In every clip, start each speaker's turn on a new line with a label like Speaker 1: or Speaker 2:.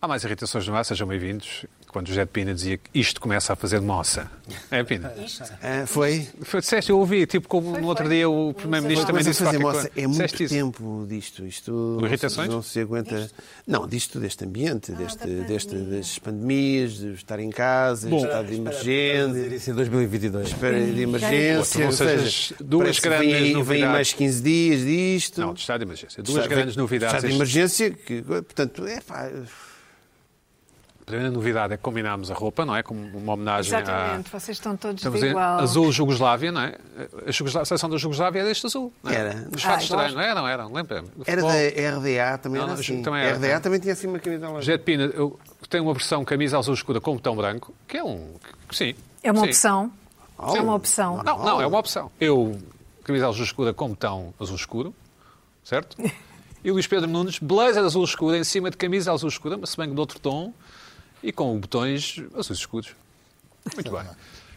Speaker 1: Há mais irritações no ar, sejam bem-vindos. Quando José de Pina dizia que isto começa a fazer moça. É, Pina?
Speaker 2: Ah, foi?
Speaker 1: Foi, disseste, eu ouvi, tipo como no outro dia o Primeiro-Ministro também
Speaker 2: Mas
Speaker 1: disse
Speaker 2: isso fazer
Speaker 1: qualquer
Speaker 2: moça
Speaker 1: coisa.
Speaker 2: é muito
Speaker 1: Disseste isso.
Speaker 2: tempo disto. Isto não se-
Speaker 1: irritações?
Speaker 2: não se aguenta. Não, disto deste ambiente, deste, deste- das pandemias, de estar em casa, de estado de emergência.
Speaker 3: Isso em 2022.
Speaker 2: Espera de
Speaker 1: Ou
Speaker 2: emergência, ou
Speaker 1: sejas,
Speaker 2: seja,
Speaker 1: duas
Speaker 2: parece que
Speaker 1: grandes
Speaker 2: vem, aí- vem
Speaker 1: novidades.
Speaker 2: aí mais 15 dias disto.
Speaker 1: Não, de estado de emergência. Duas
Speaker 2: Está-
Speaker 1: grandes novidades.
Speaker 2: Estado de
Speaker 1: este-
Speaker 2: emergência, que, portanto, é pá,
Speaker 1: A primeira novidade é que combinámos a roupa, não é? Como uma homenagem à...
Speaker 4: Exatamente, vocês estão todos
Speaker 1: Estamos
Speaker 4: de
Speaker 1: a dizer,
Speaker 4: igual.
Speaker 1: Então, azul Jugoslávia, não é? A, Jugoslá- a seleção da Jugoslávia era este azul. Não é?
Speaker 2: Era.
Speaker 1: Os fatos
Speaker 4: Ah, eu
Speaker 1: estranhos, não eram? Eram, lembra-me. Do
Speaker 2: era
Speaker 1: futebol.
Speaker 2: da RDA, também
Speaker 1: Não,
Speaker 2: era
Speaker 1: não,
Speaker 2: assim.
Speaker 1: também era.
Speaker 2: RDA também tinha assim uma camisola.
Speaker 1: José de Pina, eu tenho uma versão camisa azul escura com botão branco, que é um. que- Sim.
Speaker 4: É uma
Speaker 1: sim.
Speaker 4: opção. É uma opção.
Speaker 1: Não, não, é uma opção. Eu, camisa azul escura com botão azul escuro, certo? E o Luís Pedro Nunes, blazer azul escuro em cima de camisa azul escura, mas se bem que de outro tom e com botões azuis escuros. Muito bem.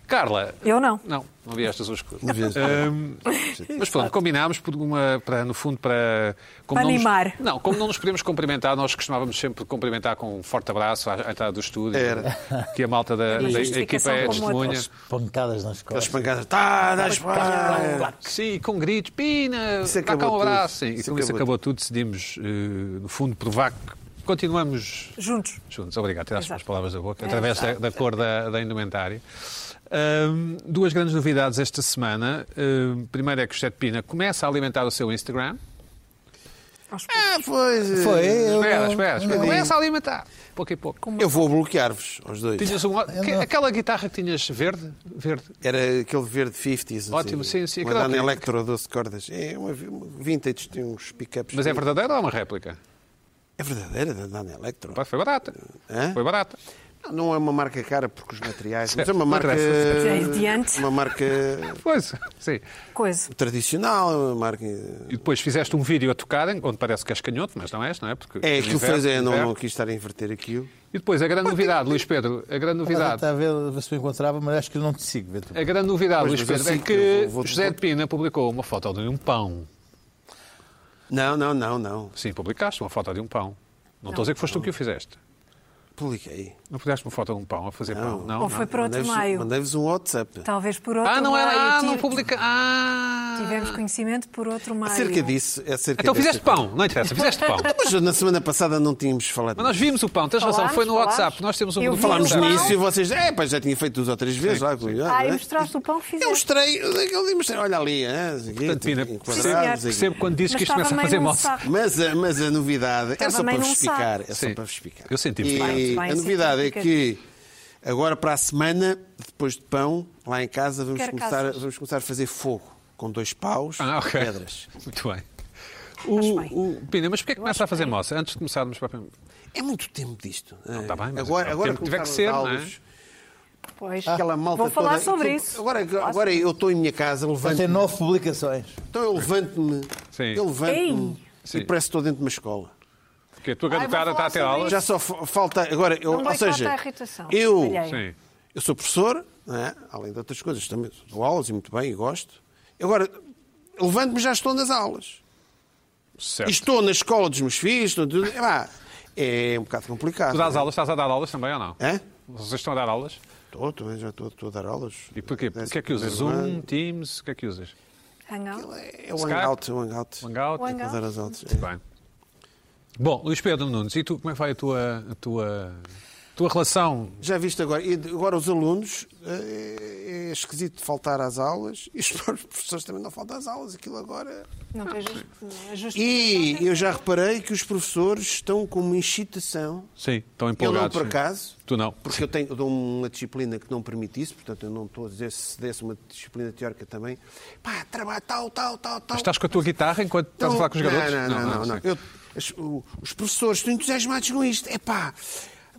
Speaker 1: Carla.
Speaker 4: Eu não.
Speaker 1: Não, não havia este azul escuro.
Speaker 2: Uma vez.
Speaker 1: Ahm, mas pronto, combinámos por uma, para, no fundo para... como
Speaker 4: Para
Speaker 1: não
Speaker 4: animar.
Speaker 1: Nos, não, como não nos podemos cumprimentar, nós costumávamos sempre cumprimentar com um forte abraço à, à entrada do estúdio,
Speaker 2: Era.
Speaker 1: que a malta da, da
Speaker 4: justificação
Speaker 1: equipa é
Speaker 4: como outra.
Speaker 1: testemunha.
Speaker 3: Pancadas nas
Speaker 2: Aquelas
Speaker 3: costas.
Speaker 2: pancadas. Tá, dá
Speaker 1: é
Speaker 2: espalha.
Speaker 1: Sim, com gritos, Pina,
Speaker 2: Isso
Speaker 1: dá cá um
Speaker 2: acabou tudo.
Speaker 1: abraço. Sim, e
Speaker 2: Isso
Speaker 1: como isso
Speaker 2: acabou
Speaker 1: acabou tudo, decidimos, eh, no fundo, provar que continuamos
Speaker 4: Juntos.
Speaker 1: juntos. Obrigado, tiraste as
Speaker 4: Exato.
Speaker 1: palavras da boca,
Speaker 4: É,
Speaker 1: através da,
Speaker 4: exato.
Speaker 1: da cor da, da indumentária. Ahm, duas grandes novidades esta semana. Ahm, primeiro é que o José de Pina começa a alimentar o seu Instagram.
Speaker 4: Aos poucos.
Speaker 2: Ah, pois.
Speaker 3: Foi, eu,
Speaker 1: Espera, espera, espera.
Speaker 2: não.
Speaker 1: Começa a alimentar, pouco e pouco.
Speaker 2: Eu vou bloquear-vos, aos dois.
Speaker 1: Tinhas um, que- aquela guitarra que tinhas verde, verde,
Speaker 2: Era aquele verde 50s.
Speaker 1: Ótimo, sim, sim,
Speaker 2: Uma
Speaker 1: aquela
Speaker 2: Dana
Speaker 1: que-
Speaker 2: Electro, 12 cordas. É uma uma vintage, tem uns pick-ups.
Speaker 1: mas é verdadeira ou é uma réplica?
Speaker 2: É verdadeira da Dana Electro.
Speaker 1: Pá, Foi barata.
Speaker 2: Hã?
Speaker 1: Foi barata.
Speaker 2: Não, Não é uma marca cara porque os materiais... Mas é uma
Speaker 1: Não
Speaker 2: marca...
Speaker 1: interessa.
Speaker 4: Sim, adiante.
Speaker 2: Uma marca
Speaker 1: Pois, sim.
Speaker 4: Coisa.
Speaker 2: tradicional, é uma marca...
Speaker 1: E depois fizeste um vídeo a tocar, em- onde parece que és canhoto, mas não és, não é? Porque
Speaker 2: É, aquilo
Speaker 1: inverte,
Speaker 2: fez... É, não,
Speaker 1: inverte.
Speaker 2: não quis estar a inverter aquilo.
Speaker 1: E depois a grande novidade, Luís Pedro, a grande novidade,
Speaker 4: Ah,
Speaker 3: Estava a ver, ver se eu encontrava, mas acho que eu não te sigo. Vê tu.
Speaker 4: tá.
Speaker 1: a grande novidade,
Speaker 2: Pois,
Speaker 1: Luís
Speaker 2: mas eu
Speaker 1: Pedro, é
Speaker 2: sigo,
Speaker 1: que
Speaker 2: eu vou- vou-
Speaker 1: José de Pina publicou uma foto de um pão.
Speaker 2: Não, não, não, não.
Speaker 1: Sim, publicaste uma foto de um pão. Não estou a dizer que foste tu que o fizeste.
Speaker 2: Publiquei.
Speaker 1: Não fizeste uma foto de um pão a fazer pão, não?
Speaker 4: Ou
Speaker 1: não.
Speaker 4: foi para outro
Speaker 2: Mandei-vos-
Speaker 4: maio. Tá
Speaker 2: Mandei-vos um WhatsApp.
Speaker 4: Talvez por outro
Speaker 1: Ah, não
Speaker 4: maio.
Speaker 1: era, ah,
Speaker 4: Tive-
Speaker 1: não publica. Ah!
Speaker 4: Tivemos conhecimento por outro maio.
Speaker 2: Acerca disso... é Acerca
Speaker 1: Então
Speaker 2: dessa
Speaker 1: fizeste pão, não interessa, fizeste pão.
Speaker 2: Mas na semana passada não tínhamos falado.
Speaker 1: Mas nós vimos o pão, tens razão,
Speaker 4: Falámos,
Speaker 1: foi no
Speaker 4: falámos.
Speaker 1: WhatsApp, nós temos um
Speaker 4: Eu
Speaker 1: grupo
Speaker 4: vi o
Speaker 2: Falámos
Speaker 1: no WhatsApp.
Speaker 2: nisso e vocês. É, pá, já tinha feito duas ou três vezes. lá, cuidado,
Speaker 4: Ah,
Speaker 2: não
Speaker 4: e
Speaker 2: é?
Speaker 4: mostraste o pão que
Speaker 2: Eu
Speaker 4: fizeste.
Speaker 2: mostrei. Eu ali mostrei. Olha ali. É,
Speaker 1: Portanto, Pina, percebo,
Speaker 4: quadrados,
Speaker 1: percebo quando dizes
Speaker 4: Mas
Speaker 1: que isto começa a
Speaker 4: estava
Speaker 1: fazer
Speaker 4: meio num
Speaker 1: moça.
Speaker 4: saco.
Speaker 2: Mas a, mas a novidade é
Speaker 4: Estava
Speaker 2: só para
Speaker 4: meio
Speaker 2: vos
Speaker 4: num
Speaker 2: explicar.
Speaker 4: saco.
Speaker 2: É só
Speaker 1: Sim.
Speaker 2: para vos explicar.
Speaker 1: Eu senti-me
Speaker 2: E
Speaker 1: bem.
Speaker 4: Bem,
Speaker 2: a
Speaker 4: sim,
Speaker 2: novidade é
Speaker 4: fica-
Speaker 2: que agora para a semana, depois de pão, lá em casa, vamos,
Speaker 4: Quero
Speaker 2: começar,
Speaker 4: casas.
Speaker 2: vamos começar a fazer fogo com dois paus
Speaker 1: Ah,
Speaker 2: e
Speaker 1: ok.
Speaker 2: pedras.
Speaker 1: Muito bem.
Speaker 4: Acho
Speaker 1: O,
Speaker 4: bem.
Speaker 1: o- Pina, mas porquê é que começa a
Speaker 4: é.
Speaker 1: fazer moça? Antes de começarmos propriamente.
Speaker 2: É muito tempo disto. Não,
Speaker 1: está bem, mas
Speaker 2: agora,
Speaker 1: é o
Speaker 2: agora
Speaker 1: tempo que tiver que
Speaker 2: começaram
Speaker 1: ser, não é? Ah.
Speaker 2: os aulos,
Speaker 4: Pois.
Speaker 2: Aquela malta
Speaker 4: Vou falar
Speaker 2: toda-
Speaker 4: sobre
Speaker 2: aquilo-
Speaker 4: isso.
Speaker 2: Agora, é agora eu estou em minha casa,
Speaker 1: É
Speaker 3: Vai ter
Speaker 2: levanto
Speaker 3: nove publicações.
Speaker 2: Então eu levanto-me.
Speaker 1: Sim.
Speaker 2: Eu levanto-me.
Speaker 4: Ei!
Speaker 1: Sim.
Speaker 2: E parece que estou dentro de uma escola.
Speaker 1: Porque a tua grande
Speaker 4: Ai, vou
Speaker 1: cara está
Speaker 4: falar
Speaker 1: a ter
Speaker 4: sobre
Speaker 1: aulas.
Speaker 2: Já só fa- falta. Agora, eu,
Speaker 4: Não
Speaker 2: ou
Speaker 4: boicota
Speaker 2: seja,
Speaker 4: a irritação
Speaker 2: eu,
Speaker 4: alheia.
Speaker 1: Sim.
Speaker 2: eu sou professor, não é? além de outras coisas, também dou aulas e muito bem, e gosto. Agora, levanto-me e já estou nas aulas.
Speaker 1: Certo.
Speaker 2: E estou na escola dos meus filhos, estou tudo. É, pá, é um bocado complicado.
Speaker 1: Tu dás
Speaker 2: não é?
Speaker 1: aulas, estás a dar aulas também ou não?
Speaker 2: Hã?
Speaker 1: Vocês estão a dar aulas?
Speaker 2: Estou, também já estou, estou a dar aulas.
Speaker 1: E porquê?
Speaker 2: Décimo
Speaker 1: O que é que usas?
Speaker 2: primeiro
Speaker 1: Zoom,
Speaker 2: ano.
Speaker 1: Teams, o que é que usas?
Speaker 4: Hangout.
Speaker 2: É o
Speaker 1: Skype?
Speaker 2: hangout, o hangout.
Speaker 1: Hangout?
Speaker 4: Hangout.
Speaker 2: Para dar as aulas. é.
Speaker 1: Muito bem. Bom, Luís Pedro Nunes, e tu, como é que vai a tua, a tua, a tua relação?
Speaker 2: Já viste agora, e agora os alunos, eh, é, esquisito faltar às aulas e os próprios professores também não faltam às aulas, aquilo agora. é-
Speaker 4: Não é tens justi- justiça.
Speaker 2: Hum. E eu já reparei que os professores estão com uma excitação.
Speaker 1: Sim, estão
Speaker 2: Eu não,
Speaker 1: empolgados.
Speaker 2: por acaso,
Speaker 1: Tu não.
Speaker 2: porque eu, tenho, eu dou uma disciplina que não permite isso, portanto eu não estou a dizer se desse uma disciplina teórica também. Pá, trabalho tal, tal, tal, tal.
Speaker 1: Mas estás com a tua guitarra enquanto estás a falar com os
Speaker 2: Não,
Speaker 1: garotos?
Speaker 2: Não, não, não. não,
Speaker 1: sim.
Speaker 2: Eu- as- o- os professores estão entusiasmados com isto. É pá,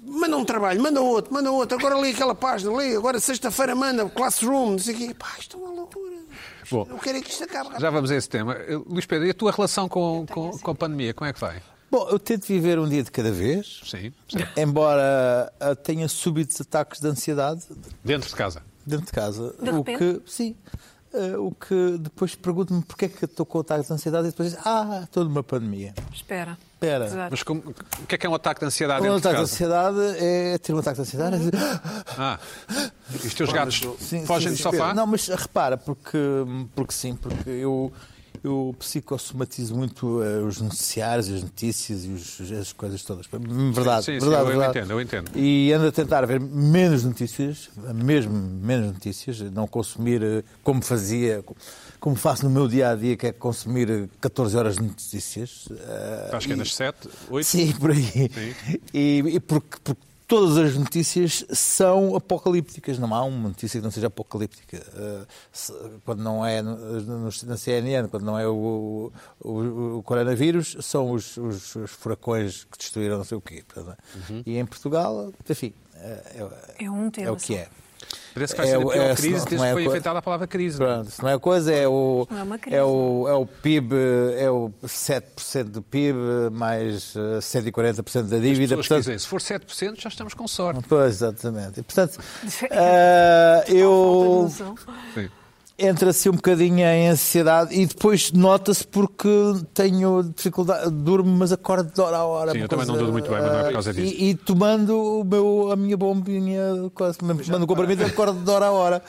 Speaker 2: manda um trabalho, manda outro, manda outro. Agora lê aquela página, lê. Agora sexta-feira manda classroom, não sei o quê. Pá, isto é uma loucura. Isto-
Speaker 1: Bom.
Speaker 2: eu quero é que isto acabe.
Speaker 1: Já vamos a esse tema. Eu- Luís Pedro, e a tua relação com, com, com a pandemia, como é que vai?
Speaker 3: Bom, eu tento viver um dia de cada vez,
Speaker 1: Sim,
Speaker 3: embora ah, tenha súbitos ataques de ansiedade
Speaker 1: dentro de casa.
Speaker 3: dentro de casa.
Speaker 4: De
Speaker 3: o
Speaker 4: repente?
Speaker 3: que, sim. ah, o que depois pergunto-me porque é que eu estou com ataques de ansiedade e depois diz, ah, estou numa pandemia.
Speaker 4: Espera.
Speaker 3: Espera.
Speaker 4: Exato.
Speaker 1: Mas como- o que é que é um ataque de ansiedade
Speaker 3: Um
Speaker 1: dentro
Speaker 3: ataque de
Speaker 1: de casa?
Speaker 3: ansiedade é ter um ataque de ansiedade. é dizer,
Speaker 1: Ah,
Speaker 3: "Ah!"
Speaker 1: e os teus gatos
Speaker 3: Sim,
Speaker 1: fogem
Speaker 3: sim,
Speaker 1: do
Speaker 3: sim.
Speaker 1: sofá?
Speaker 3: Não, mas repara, porque, porque sim, porque eu, eu psicossomatizo muito eh, os noticiários, as notícias e os- as coisas todas. Verdade,
Speaker 1: Sim, sim,
Speaker 3: verdade,
Speaker 1: eu- eu
Speaker 3: verdade.
Speaker 1: entendo, eu entendo.
Speaker 3: E ando a tentar ver menos notícias, mesmo menos notícias, não consumir eh, como fazia, como faço no meu dia a dia, que é consumir eh, 14 horas de notícias. eh,
Speaker 1: Acho que é nas 7, 8.
Speaker 3: Sim, por aí. E, e porque, porque todas as notícias são apocalípticas, não há uma notícia que não seja apocalíptica. Eh, se- quando não é no- no- na CNN, quando não é o, o- o coronavírus, são os, os- os furacões que destruíram não sei o quê. Portanto,
Speaker 1: Uhum.
Speaker 3: E em Portugal, enfim, eh, é,
Speaker 4: É um
Speaker 3: é
Speaker 4: tema.
Speaker 3: o que
Speaker 4: só.
Speaker 3: é.
Speaker 1: Parece que vai ser
Speaker 3: É
Speaker 1: a
Speaker 3: o-
Speaker 1: pior
Speaker 3: é, se
Speaker 1: crise
Speaker 3: não-
Speaker 1: desde
Speaker 3: não é
Speaker 1: que foi
Speaker 3: a co-
Speaker 1: inventada a palavra crise.
Speaker 3: Pronto, se não é coisa, é o,
Speaker 4: Não é uma crise,
Speaker 3: é o, é o PIB, é o 7% do PIB, mais eh, 140% da
Speaker 1: As pessoas
Speaker 3: dívida. portanto,
Speaker 1: dizem, se for 7%, já estamos com sorte.
Speaker 3: Pois, exatamente. E, portanto,
Speaker 4: Falta
Speaker 2: Oh.
Speaker 3: ah,
Speaker 4: de
Speaker 3: eu
Speaker 4: noção.
Speaker 1: Sim.
Speaker 3: entra-se um bocadinho em ansiedade e depois nota-se porque tenho dificuldade, durmo, mas acordo de hora a hora.
Speaker 1: Sim,
Speaker 3: uma
Speaker 1: eu também não
Speaker 3: coisa,
Speaker 1: durmo muito bem, mas não é por
Speaker 3: ah,
Speaker 1: causa disso.
Speaker 3: E, e tomando o meu, a minha bombinha, quase, mando um comprimido, acordo de hora a hora.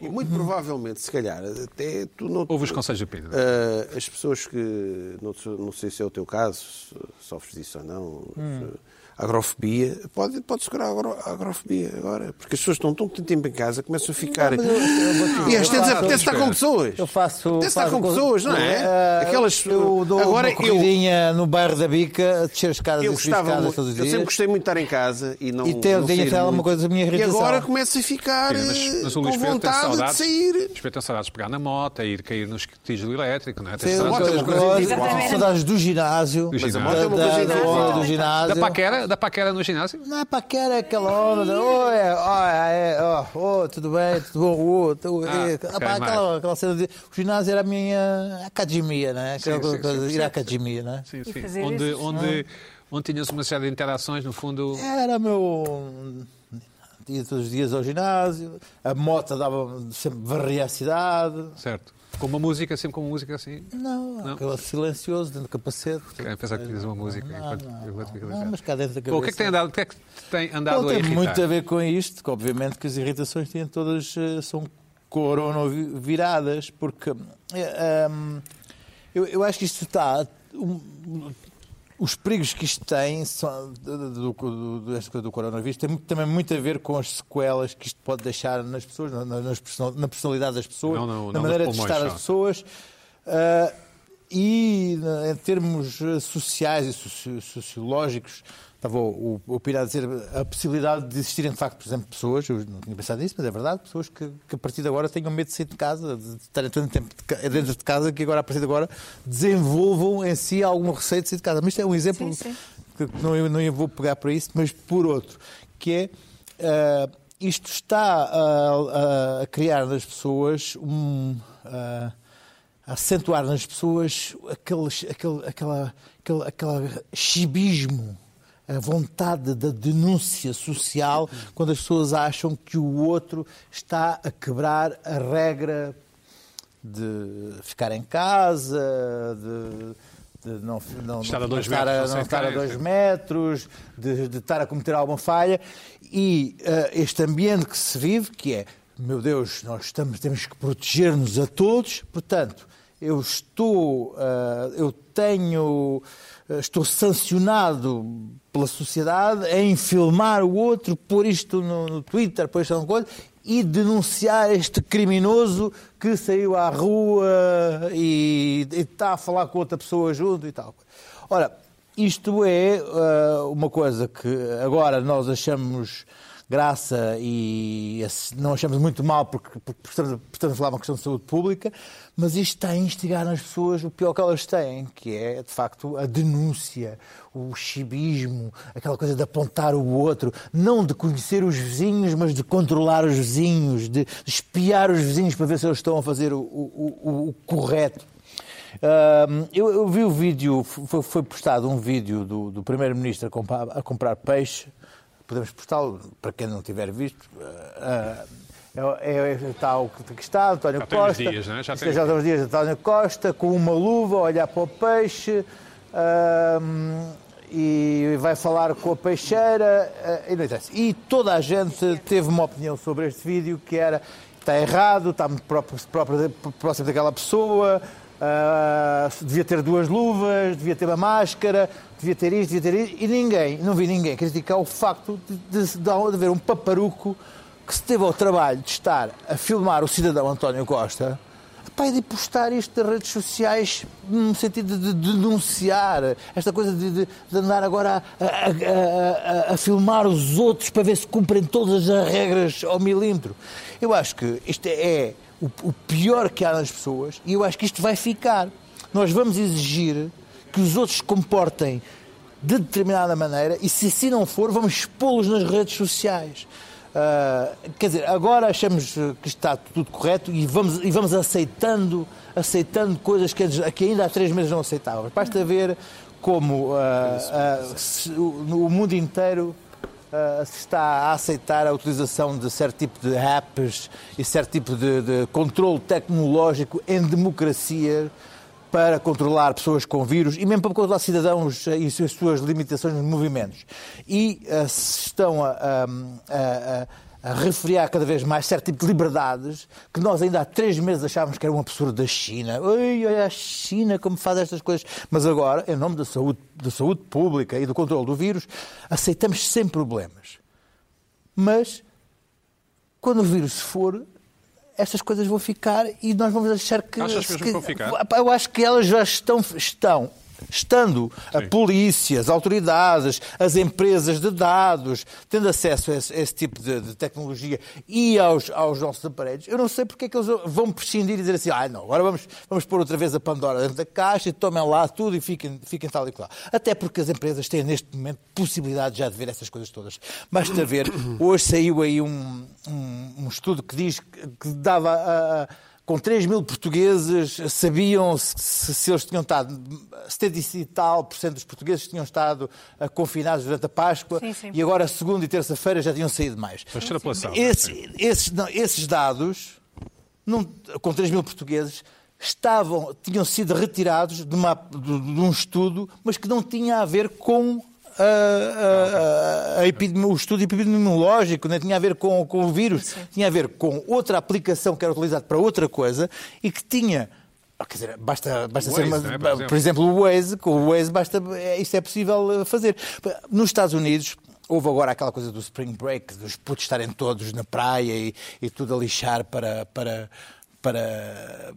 Speaker 2: E muito provavelmente, se calhar, até tu não.
Speaker 1: Ouve os conselhos do Pedro.
Speaker 3: Eh,
Speaker 2: Ah, as pessoas que, não, sei- não sei se é o teu caso, se sofres disso ou não,
Speaker 1: Hum.
Speaker 2: se- agrofobia, pode, pode segurar a agro- a agrofobia agora, porque as pessoas estão tão tanto tempo em casa, começam a ficar.
Speaker 3: mas eu- eu vou te dizer,
Speaker 2: e às vezes
Speaker 3: eu faço-
Speaker 2: apetece estar com pessoas.
Speaker 3: Eu faço.
Speaker 2: Apetece estar
Speaker 3: faço
Speaker 2: com
Speaker 3: coisa-
Speaker 2: pessoas, não é?
Speaker 3: Ah,
Speaker 2: Aquelas.
Speaker 3: Eu dou
Speaker 2: agora
Speaker 3: uma
Speaker 2: eu,
Speaker 3: corridinha no bairro da Bica, a descer as caras
Speaker 2: eu
Speaker 3: e subir as
Speaker 2: gostava
Speaker 3: escadas
Speaker 2: muito,
Speaker 3: todos
Speaker 2: eu
Speaker 3: os dias.
Speaker 2: sempre gostei muito de estar em casa e não.
Speaker 3: E tenho-
Speaker 2: não
Speaker 3: tenho
Speaker 2: sair
Speaker 3: até alguma
Speaker 2: muito.
Speaker 3: coisa da minha irritação.
Speaker 2: E agora começa a ficar
Speaker 1: Sim, mas, mas o
Speaker 2: eh,
Speaker 1: Luís Pedro
Speaker 2: com
Speaker 1: tem
Speaker 2: vontade de
Speaker 1: saudades.
Speaker 2: sair.
Speaker 1: Luís Pedro tem saudades de pegar na moto, é ir cair no esquitismo elétrico, não é? Tem
Speaker 3: Tem
Speaker 1: saudades
Speaker 2: moto,
Speaker 1: das
Speaker 3: outras
Speaker 2: uma
Speaker 1: coisas.
Speaker 2: coisa
Speaker 3: coisas,
Speaker 4: individual.
Speaker 3: são saudades do ginásio.
Speaker 1: Mas a
Speaker 3: da-
Speaker 1: moto
Speaker 2: é uma coisa
Speaker 3: da-
Speaker 2: individual.
Speaker 3: onda do
Speaker 1: Da
Speaker 3: ginásio.
Speaker 1: paquera, da paquera no ginásio?
Speaker 3: Não é paquera, é aquela onda. de, Oi, oi, oi, oi, tudo bem, tudo bom, oi, tu-
Speaker 1: Ah,
Speaker 3: eh,
Speaker 1: ok,
Speaker 3: pá, aquela,
Speaker 1: mais.
Speaker 3: aquela cena de. O ginásio era a minha academia, né? Aquela
Speaker 1: Sim, sim,
Speaker 3: coisa
Speaker 1: sim,
Speaker 3: de ir
Speaker 1: sim,
Speaker 3: à academia, né?
Speaker 1: Sim,
Speaker 4: E
Speaker 1: sim.
Speaker 4: fazer
Speaker 1: Onde,
Speaker 4: isso,
Speaker 1: onde, onde tinhas uma série de interações, no fundo.
Speaker 3: Era meu. Ia todos os dias ao ginásio, a moto dava sempre varria a cidade.
Speaker 1: Certo. Com uma música, sempre com uma música assim.
Speaker 3: Não,
Speaker 1: Não.
Speaker 3: aquele silencioso dentro do capacete.
Speaker 1: Querem pensar que tinhas uma música enquanto eu vou te ficar
Speaker 3: Não, mas cá dentro da cabeça.
Speaker 1: Bom, o que é que tem andado, o que é que tem andado
Speaker 3: Não,
Speaker 1: a
Speaker 3: tem
Speaker 1: irritar?
Speaker 3: muito a ver com isto, que obviamente que as irritações têm todas eh, são coronaviradas, porque eh, hum, eu, eu acho que isto está. um, os perigos que isto tem são- do, do, do- desta coisa do coronavírus tem muito- também muito a ver com as sequelas que isto pode deixar nas pessoas, na, na- nas person- na personalidade das pessoas,
Speaker 1: Não, não,
Speaker 3: na
Speaker 1: não,
Speaker 3: maneira
Speaker 1: nos
Speaker 3: de
Speaker 1: pulmões
Speaker 3: estar as
Speaker 1: só.
Speaker 3: pessoas. ah, e na- em termos eh, sociais e soci- sociológicos, estava o, o, o Pina a dizer a possibilidade de existirem, de facto, por exemplo, pessoas, eu não tinha pensado nisso, mas é verdade, pessoas que, que a partir de agora tenham medo de sair de casa, de estarem tanto tempo de ca- dentro de casa, que agora, a partir de agora, desenvolvam em si algum receio de sair de casa. Mas isto é um exemplo
Speaker 4: Sim, sim.
Speaker 3: que não, eu não eu vou pegar para isso, mas por outro, que é ah, isto está a, a- a criar nas pessoas um. ah, a acentuar nas pessoas aquele, aquele, aquela, aquele, aquele chibismo, a vontade da denúncia social, quando as pessoas acham que o outro está a quebrar a regra de ficar em casa, de, de não, não,
Speaker 1: Estar a
Speaker 3: não
Speaker 1: dois
Speaker 3: estar
Speaker 1: metros,
Speaker 3: a-
Speaker 1: não sei
Speaker 3: não estar a
Speaker 1: ficar,
Speaker 3: dois
Speaker 1: sim.
Speaker 3: metros, de, de estar a cometer alguma falha. E eh, este ambiente que se vive, que é, meu Deus, nós estamos, temos que proteger-nos a todos, portanto, eu estou, eh, eu tenho, eh, estou sancionado pela sociedade em filmar o outro, pôr isto no, no Twitter, pôr isto em alguma coisa, e denunciar este criminoso que saiu à rua e, e está a falar com outra pessoa junto e tal. Ora, isto é ah, uma coisa que agora nós achamos graça e ass- não achamos muito mal porque, porque estamos, a- estamos a falar de uma questão de saúde pública, mas isto está a instigar nas pessoas o pior que elas têm, que é de facto a denúncia, o chibismo, aquela coisa de apontar o outro, não de conhecer os vizinhos, mas de controlar os vizinhos, de espiar os vizinhos para ver se eles estão a fazer o- o- o- o correto. Ahm, eu, eu vi o vídeo, foi, foi postado um vídeo do, do primeiro-ministro a, compa- a comprar peixe. Podemos postá-lo para quem não tiver visto. Ah, ah, é, é- está o que que está, António
Speaker 1: Já tem uns
Speaker 3: Costa.
Speaker 1: dias, não é? Já
Speaker 3: Isto
Speaker 1: tem-
Speaker 3: já tem uns dias, António Costa, com uma luva, a olhar para o peixe. Ahm, e vai falar com a peixeira ah, e não interessa. E toda a gente teve uma opinião sobre este vídeo que era está errado, está muito pró- próprio- próximo daquela pessoa, ah, devia ter duas luvas, devia ter uma máscara, devia ter isto, devia ter isto, e ninguém, não vi ninguém criticar o facto de, de, de haver um paparuco que se teve ao trabalho de estar a filmar o cidadão António Costa Pai, de postar isto nas redes sociais no sentido de denunciar, esta coisa de, de- de andar agora a, a- a- a- a filmar os outros para ver se cumprem todas as regras ao milímetro. Eu acho que isto é o, o pior que há nas pessoas e eu acho que isto vai ficar. Nós vamos exigir que os outros se comportem de determinada maneira e se assim não for, vamos expô-los nas redes sociais. Ah, quer dizer, agora achamos eh, que está tudo correto e vamos, e vamos aceitando, aceitando coisas que, antes- que ainda há três meses não aceitávamos. Basta ver como ah, ah, se- o, no- o mundo inteiro ah, se está a aceitar a utilização de certo tipo de apps e certo tipo de, de controle tecnológico em democracia para controlar pessoas com vírus e mesmo para controlar cidadãos eh, e as suas limitações nos movimentos. E eh, se estão a, a, a- a- a refriar cada vez mais certo tipo de liberdades que nós ainda há três meses achávamos que era um absurdo da China. Oi, olha a China como faz estas coisas. Mas agora, em nome da saúde, da saúde pública e do controle do vírus, aceitamos sem problemas. Mas quando o vírus se for, estas coisas vão ficar e nós vamos achar que.
Speaker 1: Achas mesmo que vão ficar?
Speaker 3: Eu acho que elas já estão. estão Estando a
Speaker 1: Sim.
Speaker 3: polícia, as autoridades, as empresas de dados, tendo acesso a esse, a esse tipo de, de tecnologia e aos, aos nossos aparelhos, eu não sei porque é que eles vão prescindir e dizer assim: ah, não, agora vamos, vamos pôr outra vez a Pandora dentro da caixa e tomem lá tudo e fiquem, fiquem tal e qual. Até porque as empresas têm neste momento possibilidade já de ver essas coisas todas. Basta ver, hoje saiu aí um, um- um estudo que diz que que dava a. a- com 3 mil portugueses, sabiam se, se- se eles tinham estado, 70 e tal por cento dos portugueses tinham estado ah, confinados durante a Páscoa
Speaker 4: Sim, sim.
Speaker 3: e agora segunda e terça-feira já tinham saído mais.
Speaker 1: Uma extrapolação. é?
Speaker 3: Esse-
Speaker 1: Sim.
Speaker 3: esses, não, esses dados, não- com 3 mil portugueses, estavam, tinham sido retirados de, uma- de- de um estudo, mas que não tinha a ver com ah, ah, ah, a epidemi- o estudo epidemiológico, nem tinha a ver com, com o vírus, tinha a ver com outra aplicação que era utilizada para outra coisa e que tinha. ah, Quer dizer, basta, basta
Speaker 1: O
Speaker 3: ser
Speaker 1: Waze, não
Speaker 3: uma-
Speaker 1: é? Por exemplo.
Speaker 3: por exemplo, o Waze, com o Waze basta, é, isto é possível eh, fazer. Nos Estados Unidos, houve agora aquela coisa do Spring Break, dos putos estarem todos na praia e, e tudo a lixar para. para para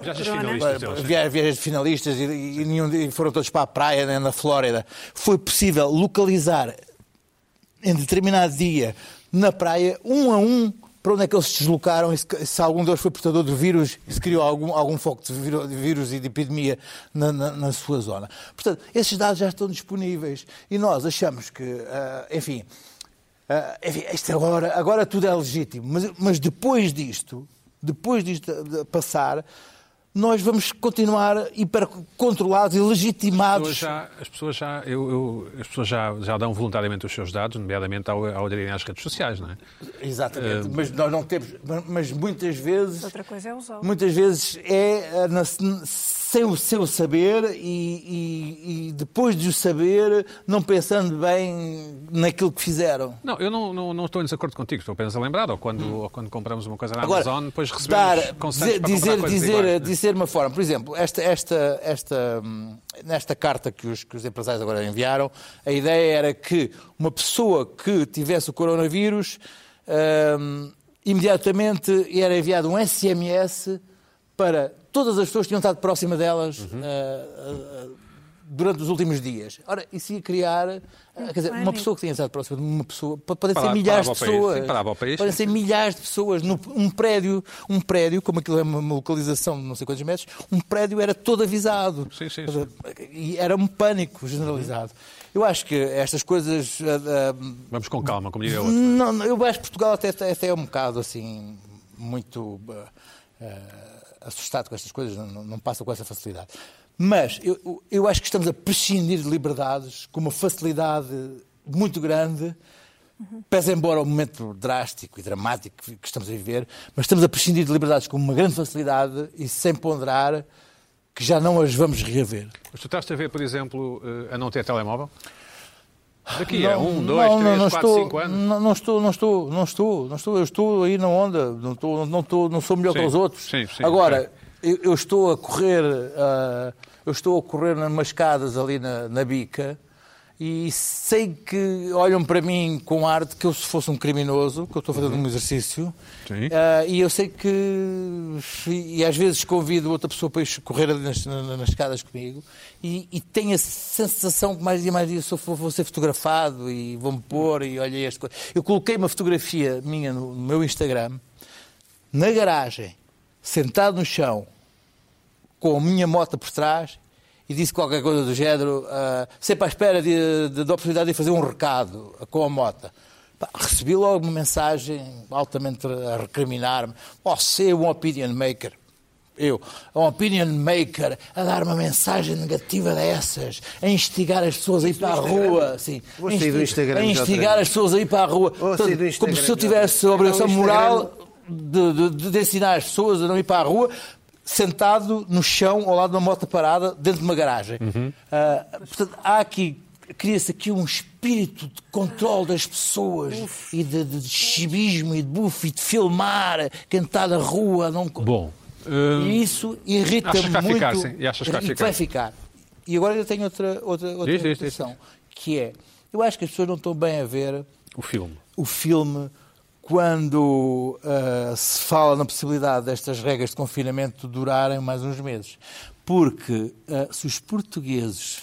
Speaker 1: Viagens finalistas
Speaker 4: Corona.
Speaker 3: para-
Speaker 1: deles. então, sim.
Speaker 3: via- viagens de finalistas e, e nenhum- e foram todos para a praia né, na Flórida. Foi possível localizar em determinado dia na praia, um a um, para onde é que eles se deslocaram e se, se algum deles foi portador do vírus e se criou algum, algum foco de viro- de vírus e de epidemia na, na- na sua zona. Portanto, esses dados já estão disponíveis e nós achamos que, ah, enfim, ah, enfim, isto agora, agora tudo é legítimo, mas, mas depois disto, depois disto de- de passar, nós vamos continuar hipercontrolados e
Speaker 1: pessoas
Speaker 3: legitimados.
Speaker 1: já, as pessoas, já, eu- eu- as pessoas já, já dão voluntariamente os seus dados, nomeadamente ao, ao aderirem às redes sociais, não é?
Speaker 3: Exatamente, mas nós não temos, mas- mas muitas vezes
Speaker 4: Outra coisa é os olhos.
Speaker 3: muitas vezes é eh, na- sem o seu saber e, e- e depois de o saber, não pensando bem naquilo que fizeram.
Speaker 1: Não, eu não, não, não estou em desacordo contigo, estou apenas a lembrar, ou quando, ou quando compramos uma coisa na Amazon, depois recebemos
Speaker 3: dar-
Speaker 1: conselhos
Speaker 3: dizer,
Speaker 1: para comprar
Speaker 3: dizer,
Speaker 1: coisas
Speaker 3: dizer,
Speaker 1: iguais, não é?
Speaker 3: dizer uma forma. Por exemplo, esta, esta, esta, hum, nesta carta que os, que os empresários agora enviaram, a ideia era que uma pessoa que tivesse o coronavírus, hum, imediatamente era enviado um SMS para todas as pessoas que tinham estado próxima delas
Speaker 1: Uhum.
Speaker 3: ah, ah, durante os últimos dias. Ora, isso ia criar, ah, quer dizer, uma
Speaker 4: pânico.
Speaker 3: pessoa que tinha estado próxima de uma pessoa, po- podem
Speaker 1: Parava-
Speaker 3: ser milhares de
Speaker 1: parava o país,
Speaker 3: pessoas,
Speaker 1: sim, parava o país,
Speaker 3: podem
Speaker 1: sim.
Speaker 3: ser milhares de pessoas num um prédio, um prédio, como aquilo é uma uma localização de não sei quantos metros, um prédio era todo avisado.
Speaker 1: Sim, sim,
Speaker 3: Quer dizer, E era um pânico generalizado. Eu acho que estas coisas. ah, ah,
Speaker 1: Vamos com calma, como diria outro.
Speaker 3: não, não, eu acho que Portugal até, até até é um bocado assim, muito eh, eh, assustado com estas coisas, não, não passa com essa facilidade. Mas eu, eu acho que estamos a prescindir de liberdades com uma facilidade muito grande, pese embora o momento drástico e dramático que que estamos a viver, mas estamos a prescindir de liberdades com uma grande facilidade e sem ponderar que já não as vamos rever.
Speaker 1: Mas tu estás a ver, por exemplo, eh, a não ter telemóvel? Daqui a
Speaker 3: Não,
Speaker 1: um, dois,
Speaker 3: não,
Speaker 1: três,
Speaker 3: não
Speaker 1: quatro,
Speaker 3: estou,
Speaker 1: cinco anos.
Speaker 3: Não, não estou, não estou, não estou, não estou, eu estou aí na onda, não estou, não estou, não sou melhor
Speaker 1: Sim,
Speaker 3: que os outros.
Speaker 1: sim, sim,
Speaker 3: Agora, eu, eu estou a correr, ah, eu estou a correr nas mascadas ali na, na bica e sei que olham para mim com ar de que eu se fosse um criminoso, que eu estou fazendo um exercício,
Speaker 1: Sim.
Speaker 3: ah, e eu sei que e às vezes convido outra pessoa para ir correr ali nas, na- nas escadas comigo e, e tenho a sensação que mais dia mais dia sou, vou, vou ser fotografado e vou-me pôr e olha este coisa. Eu coloquei uma fotografia minha no, no meu Instagram, na garagem, sentado no chão, com a minha moto por trás e disse qualquer coisa do género, ah, sempre à espera de, de- da oportunidade de fazer um recado com a moto. Pá, recebi logo uma mensagem altamente a recriminar-me. Você é um opinion maker. Eu, um opinion maker, a dar uma mensagem negativa dessas, a instigar as pessoas a ir para a rua. Sim,
Speaker 2: Vou sair do
Speaker 3: Insti-
Speaker 2: Instagram
Speaker 3: a
Speaker 2: já outra
Speaker 3: instigar
Speaker 2: vez.
Speaker 3: as pessoas a ir para a rua.
Speaker 2: Vou sair do
Speaker 3: Portanto, como
Speaker 2: Instagram
Speaker 3: se
Speaker 2: já
Speaker 3: eu
Speaker 2: outra
Speaker 3: tivesse
Speaker 2: vez.
Speaker 3: a obrigação
Speaker 2: Não, o
Speaker 3: moral
Speaker 2: Instagram-
Speaker 3: de, de- de- de ensinar as pessoas a não ir para a rua sentado no chão ao lado de uma moto parada dentro de uma garagem.
Speaker 1: Uhum.
Speaker 3: Ah, portanto, há aqui, cria-se aqui um espírito de controle das pessoas e de, de, de chibismo e de bufo e de filmar quem está na rua. Não...
Speaker 1: Bom, eh,
Speaker 3: Hum. E isso irrita-me
Speaker 1: Achas que vai
Speaker 3: muito.
Speaker 1: ficar, sim. E achas que vai
Speaker 3: E
Speaker 1: ficar.
Speaker 3: vai ficar. E agora eu tenho outra, outra, outra
Speaker 1: Diz, diz, diz.
Speaker 3: questão, que é, eu acho que as pessoas não estão bem a ver
Speaker 1: o filme.
Speaker 3: o filme quando ah, se fala na possibilidade destas regras de confinamento durarem mais uns meses. Porque ah, se os portugueses